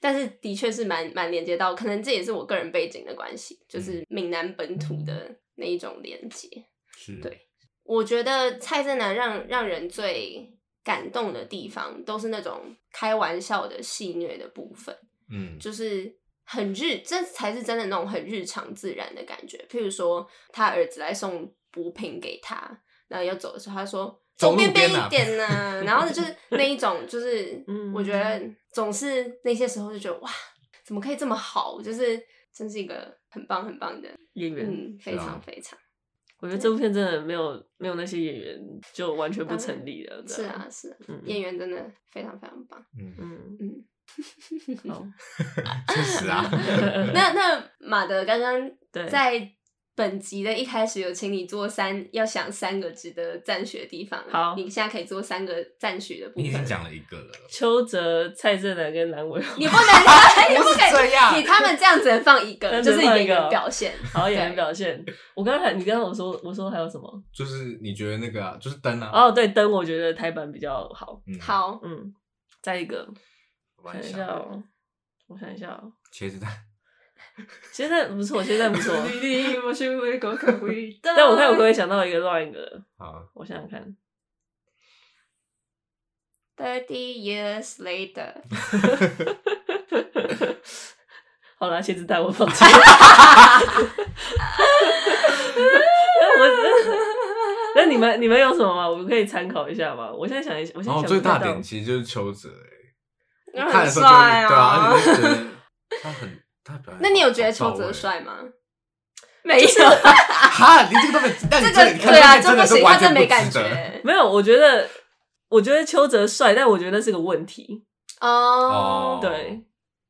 但是的确是蛮蛮连接到，可能这也是我个人背景的关系，就是闽南本土的那一种连接。
是，
对我觉得蔡正南让让人最感动的地方，都是那种开玩笑的戏谑的部分，
嗯
就是很日，这才是真的那种很日常自然的感觉。譬如说，他儿子来送补品给他，然后要走的时候，他说。走
走
边
路
边
边啊
一点呢、
<laughs>
然后就是那一种，就是
嗯
我觉得总是那些时候就觉得哇，怎么可以这么好？就是真是一个很棒很棒的
演员，
嗯，非
是
常
啊
非常
我觉得这部片真的没有没有那些演员就完全不成立了。
是
对
啊，是啊，
嗯
演员真的非常非常棒。
嗯，
嗯
嗯，
<laughs> 好，
确实 <laughs> 啊，
<laughs>
那那马德刚刚
对
在本集的一开始有请你做三，要想三个值得赞许的地方。
好
你现在可以做三个赞许的部
你已经
分。
讲了一个了，
邱泽、蔡正南跟蓝
<laughs>
伟，
你不
<laughs>
能，你
不
不
是
可以，
这样
你，他们这样只能放一个，
那只
就
能
是
放一
演员
个
表现。
好演员
对
表现。我刚才你刚刚我说我说还有什么？
就是你觉得那个啊，就是灯啊，
哦，对，灯我觉得台版比较好。
嗯，
好，
嗯，再一个，
玩
想一下
笑，
哦，我想一下哦，
茄子蛋，
现在不错，现在不
<laughs>
错。但
但
我看我可不可以想到一个乱一个，
好，
我想想看，
Thirty years
<laughs>
later，
好啦，茄子蛋我放
<laughs>
弃。我那你们你们有什么吗？我可以参考一下吗？我现在想一下，我现
然
在
后
想
最
不太
大
到
点其实就是邱泽，欸
那
看
很
的时候就会
帅
对啊，
啊
而。且就觉得他很他表演，
<laughs> 那你有觉得
好欸
邱
到
泽
位？
帅
<laughs>
吗？没有，
<laughs> 哈，你这个都没，但你
这
这个
个
你看
对啊，
这
这不
个真的是
行，他
完全
真
不
没感
值得
觉。
没有，我觉得我觉得邱泽帅，但我觉得那是个问题。
哦
哦，
对，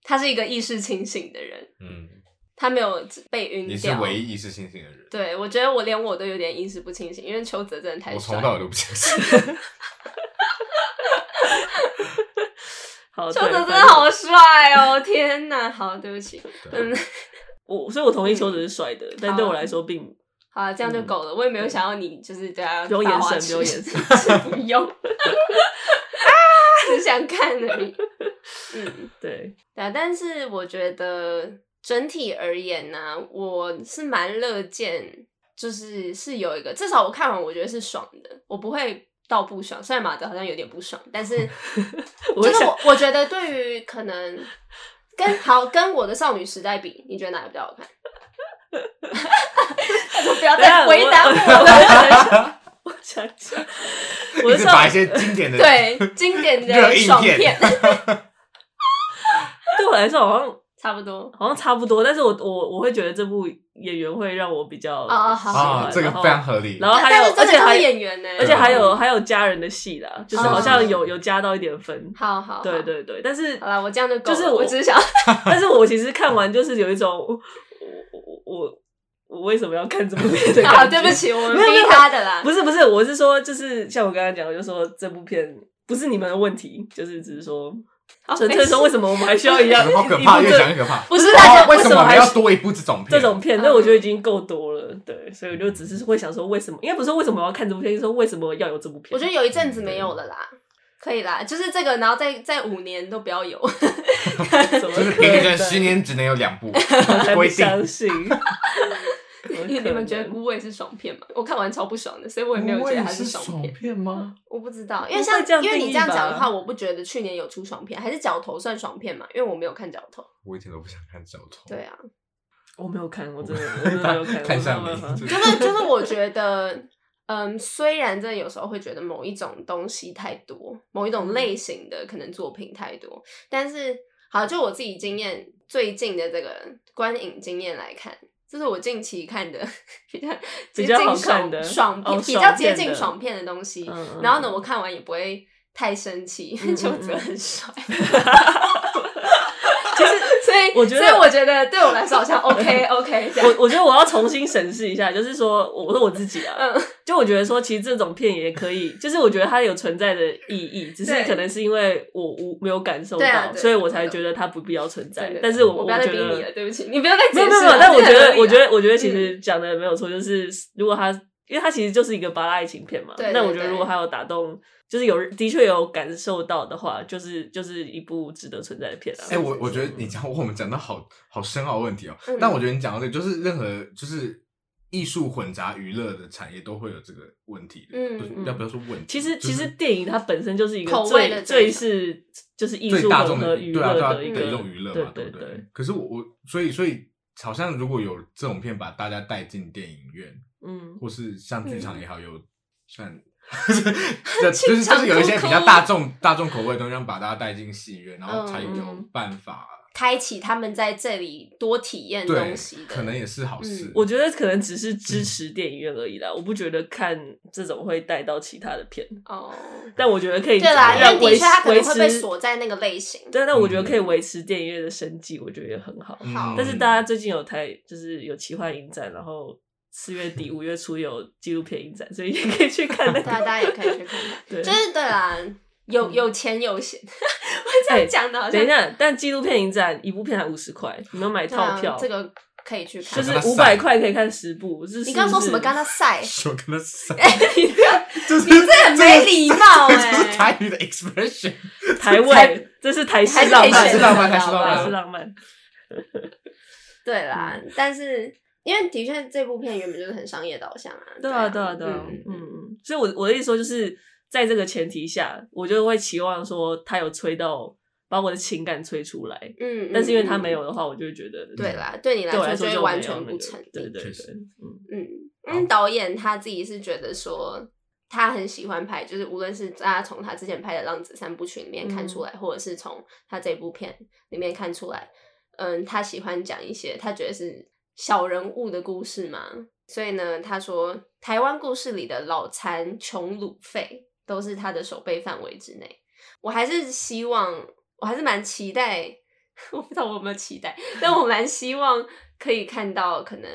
他是一个意识清醒的人， <laughs>
嗯，
他没有被晕掉。
你是唯一意识清醒的人，
对，我觉得我连我都有点意识不清醒，因为邱泽真的太
我
帅
从头到
了。
尾都不相信。
<laughs>
好，
邱泽真
对
的
反正
好帅哦！天哪，好，对不起，嗯
对，
我所以，我同意邱泽是帅的，但对我来说并
好了，这
嗯
样就够了。我也没有想要你就是对他
不用眼
发花
神不用
痴
眼
不用，啊只想看而已。嗯，
对。
对啊，但是我觉得整体而言呢、我是蛮乐见，就是是有一个，至少我看完我觉得是爽的，我不会到不爽。虽然马德好像有点不爽，但是
我
就是
想
我我觉得对于可能
<laughs>
跟好跟我的少女时代比，你觉得哪个比较
<laughs>
好看？就不要再回
<laughs>
答
等一
我
下我
了。
我想一下，我
一
<laughs>
的
直
少
把一些经典的，
对，经典
热
的
映
爽
片
片，
<laughs> 对我来说好像
差不多。
好像差不多，但是我我我会觉得这部演员会让我比较
哦好好
喜
<laughs>
啊，这
欢
个
然后
非常合啊理。
然后还有
但是真
而且
的都
还
是演员呢，
而且还有还有家人的戏啦，就是好像有
哦
有加到一点分，
好好好
对对对，但是
好啦，我这样就够了。
就是
我
我
只是想
<laughs> 但是我其实看完就是有一种我我我我我为什么要看这部片的感觉？
啊好，对不，起，我们
没有没
逼
有
他的啦。
不是不是，我是说就是像我刚刚讲，我就说这部片不是你们的问题，就是只是说
好
纯粹说为什么我们还需要一样，
好可
一
怕，
部
越
这
讲越可怕。
<laughs> 不是大家
哦为什
为什么
么还
还
要
是
多一部这种片？
这种片，
嗯
那我觉得已经够多了。对，所以我就只是会想说，为什么？应该不是说为什么我要看这部片，就是说为什么要有这部片？
我觉得有一阵子没有了啦，可以啦，就是这个，然后再再五年都不要有。
得怎么
就是
可
平均
能？
十年只能有
<laughs>
两部
我才不
规定。
相信。
你你们觉得《
怎么可能
孤味》是爽片吗？我看完超不爽的，所以我也没有觉得它爽片。
片吗？
我不知道，因为
不
像
会这样
因为你
定义
这样
吧
讲的话，我不觉得去年有出爽片，还是角头算爽片嘛？因为我没有看角头。
我以前都不想看小偷。
对，啊，
我没有看，我
我
真的我真的没有看，
<laughs> 看
我
向
没有办
你， <laughs>
就
法。
是就是
<laughs>
我觉得，嗯，虽然真的有时候会觉得某一种东西太多，某一
嗯
种类型的可能作品太多，但是好，就我自己经验最近的这个观影经验来看。这是我近期看的比较
比较
接近
好看的
爽爽片，
哦
比
爽
较接
片
近
的
爽片的东西。
嗯
然后呢，我看完也不会太生气，因为
嗯嗯
邱
嗯
泽很帅。 <laughs>
其实
所以
我觉
所以
得
我觉得对我来说
<laughs>
好像 OK OK 这样。
我我觉得我要重新审视一下，就是说，我我说我自己啊，
嗯，
就我觉得说，其实这种片也可以，就是我觉得它有存在的意义，只是
对
可能是因为我无没有感受
对啊
到，
对
所以我才觉得它不必要存在
对。
但是我
我不
觉
要再
得
逼你了，对不起，你不要再解
没
释啊了。
有没有没有，但我觉
这
得
很
我
合理
觉
啦
得我觉得其
嗯
实讲的没有错，就是如果他因为他其实就是一个巴拉爱情片嘛，
对对
那我觉得
对
如果他有打动，就是有的确有感受到的话，就是就是一部值得存在的片啊。
哎， <laughs> 我我觉得你讲我们讲到好好深奥的问题哦
嗯，
但我觉得你讲到这个，就是任何就是艺术混杂娱乐的产业都会有这个问题的，
嗯
不是
嗯
要不要说问题？
其实
就
其实电影它本身就是一个
口味
最
的
最
这种
是就是艺
最
术
大众
混
的
合娱
对啊
乐
对啊
一
的
个
一种娱乐
对
嘛，
对
不
对
对？，可是我我所以所以好像如果有这种片把大家带进电影院，
嗯，
或是像剧场也好，有像 <laughs>
去
就是就是有一些比
唱
较
歌
大众大众口味的东西，让把大家带进戏院，然后才有
嗯
办法。
开启他们在这里多体验
对
东西，的，
可能也是好事。
嗯
我觉得可能只是支持电影院而已啦，我不觉得看这种会带到其他的片，
哦，
但我觉得可以
对啦，因
让
为的
维持
确他可
维
能会被
持，
锁在那个类型。
对，但我觉得
嗯
可以维持电影院的生计，我觉得也很好。
嗯
好
但是大家最近有台就是有奇幻影展，然后四月底五月初有纪录片影展，所以也可以去看
<laughs>
那
对啊，大
个。
家也可以去看看。
<laughs> 对，
就是对啦，有有钱有闲， <laughs> 我这样讲的好像。
等一下，但纪录片影展一部片才五十块，你们买
对
套
啊
票，
这个可以去看。
就是
跟他
五
赛
百块可以看十部。是
你刚刚说什么？刚刚
刚
赛，
<laughs> 说跟他塞，
你这样
就是
你 <laughs> 这很没礼貌
<laughs> 这个就是
哎。
台语的 expression，
台位，这是台式
还是
浪
可以
漫，
选
浪漫
的
还是
好吧
浪
台
漫
式浪漫。
对啦，但是因为的确这部片原本就是很商业导向啊。
对啊，对啊，对啊，嗯
嗯，
嗯，所以我我的意思说，就是在这个前提下，我就会期望说他有吹到把我的情感吹出来，
嗯，
但是因为他
嗯
没。有的话，我就会觉得嗯
对啦，对你
对我来
来
说
就会
就
完
没有
全
那
不
个
成立。
对对
确
对
实，
嗯，
嗯，嗯，导演他自己是觉得说，他很喜欢拍，就是无论是大家从他之前拍的《浪子三部曲》里面看
嗯
出来，或者是从他这部片里面看出来，嗯，他喜欢讲一些他觉得是小人物的故事嘛。所以呢，他说台湾故事里的老残、穷、鲁、废都是他的手背范围之内。我还是希望，我还是蛮期待，我不知道我有没有期待，但我蛮希望可以看到，可能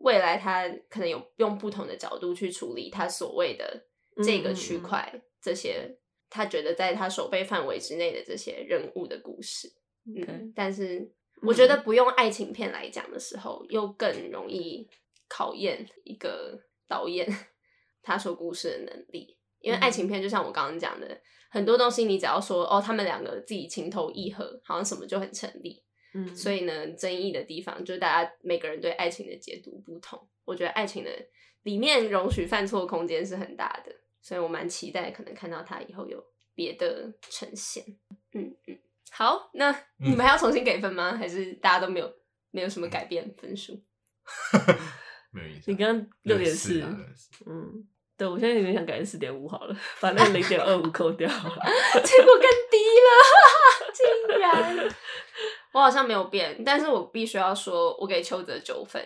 未来他可能有用不同的角度去处理他所谓的这个区块、这些他觉得在他手背范围之内的这些人物的故事。
嗯嗯嗯，OK，
嗯，但是我觉得不用爱情片来讲的时候，又更容易考验一个导演 <laughs> 他说故事的能力。因为爱情片就像我刚刚讲的，很多东西你只要说哦，他们两个自己情投意合，好像什么就很成立。
嗯，
所
以
以呢，争议的地方就是大家每个人对爱情的解读不同。我觉得爱情的里面容许犯错空间是很大的，所以我蛮期待可能看到他以后有别的呈现。嗯嗯，好，那你们还要重新给分吗？还是大家都没有没有什么改变分数？ <laughs>
没有意思。
你刚刚六点
四
四，
啊，6.4
嗯。对，我现在有点想改成四点五好了，把那零点二五扣掉。
结果更低了， <laughs> 竟然！我好像没有变，但是我必须要说，我给邱泽九分。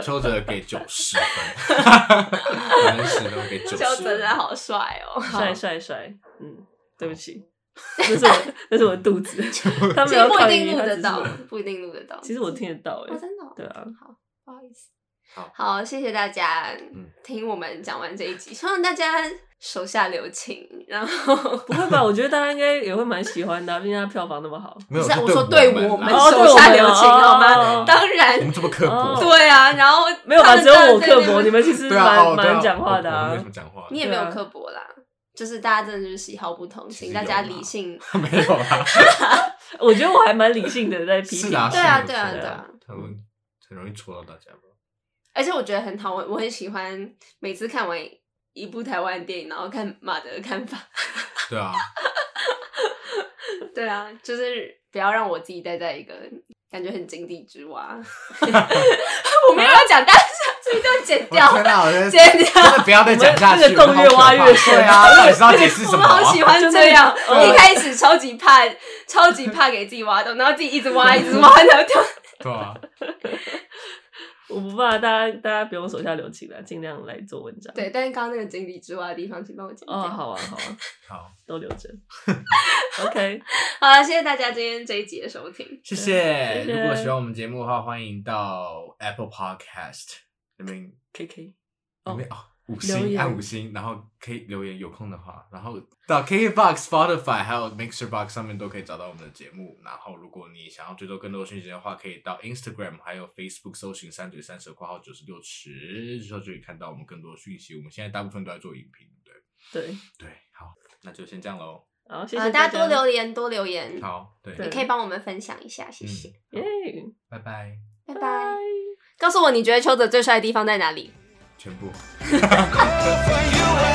邱泽给九十
<laughs>
分，百分之十都给九
邱泽真的
十。
好帅哦，
帅帅帅，嗯，对不起，那是
<laughs>
我那是我肚子，他
其
没
实
有
不
抗
一
议，
定录
他
得
只是
到
我，
不一定录得到。
其实我听得到哎、
哦，真的、哦，
对啊，
好，不好意思，
好
谢谢大家
嗯
听我们讲完这一集，希望大家手下留情，然后。
不会吧？我觉得大家应该也会蛮喜欢的啊、毕竟它票房那么好。
<laughs> <laughs> 没有，
不是啊
是
我说
对
对我
啦
们手下留情好吗
哦
当
我
然
们，这么刻
哦
薄，
对啊，然后
<laughs> 没有吧？
他们
只有
真的
我
在那
刻
边
薄，你们
<laughs>
其实
对啊，
蛮
哦对啊
蛮讲话的
我我们
啊
没什。么讲话，
你也没
对
有
啊
刻薄啦，就是大家真的就是喜好不同，
其实
请大家
有啦
理性。
<laughs> 没
<laughs>
有啦。
我觉得我还蛮理性的在批评。
是啊，
对啊
是
对啊
是
对啊
很容易很容易戳到大家吧。
而且我觉得很好，我我很喜欢每次看完一部台湾电影，然后看马德的看法。
对啊，
对啊，就是不要让我自己待在一个感觉很井底之
<laughs>
蛙。我没有要讲，但是 <laughs> 这一段剪
我
掉，
天啊哪，我觉得
剪
真
掉。
的不要再讲下去了，
我们这个洞越挖越深
对啊，
<laughs>
到底是要解释
我
什
们
么啊？
好喜欢
就是
这样，
呃
一开始超级怕，超级怕给自己挖洞，然后自己一直挖，一直挖，然后就
对啊，
我不怕大家，大家不用手下留情了，尽量来做文章。
对。但是刚刚那个井底之蛙的地方，请帮我剪掉。
哦，好啊，好啊，
好，
都留
<laughs>
着。OK，
好了，谢谢大家今天这一集的收听。
谢谢。
谢谢
如果喜欢我们节目的话，欢迎到 Apple Podcast 那边里
KK，哦
面哦。五
留
星
言
按五星，然后可以留言，有空的话，然后到 KKBox、Spotify 还有 Mixer Box 上面都可以找到我们的节目。然后，如果你想要追踪更多讯息的话，可以到 Instagram 还有 Facebook 搜寻“三嘴三舌括号九十六池”，之后就可以看到我们更多的讯息。我们现在大部分都在做影评，对
对，
对，好，那就先这样喽。
好，谢
呃，
谢
大家
家
多，留言，多留言，
好，对，
对
也可以帮我们分享一下，谢谢，
嗯，
耶，
拜拜。
拜
拜
拜。
拜。
告诉我你觉得邱泽最帅的地方在哪里？
全部。
Good for you.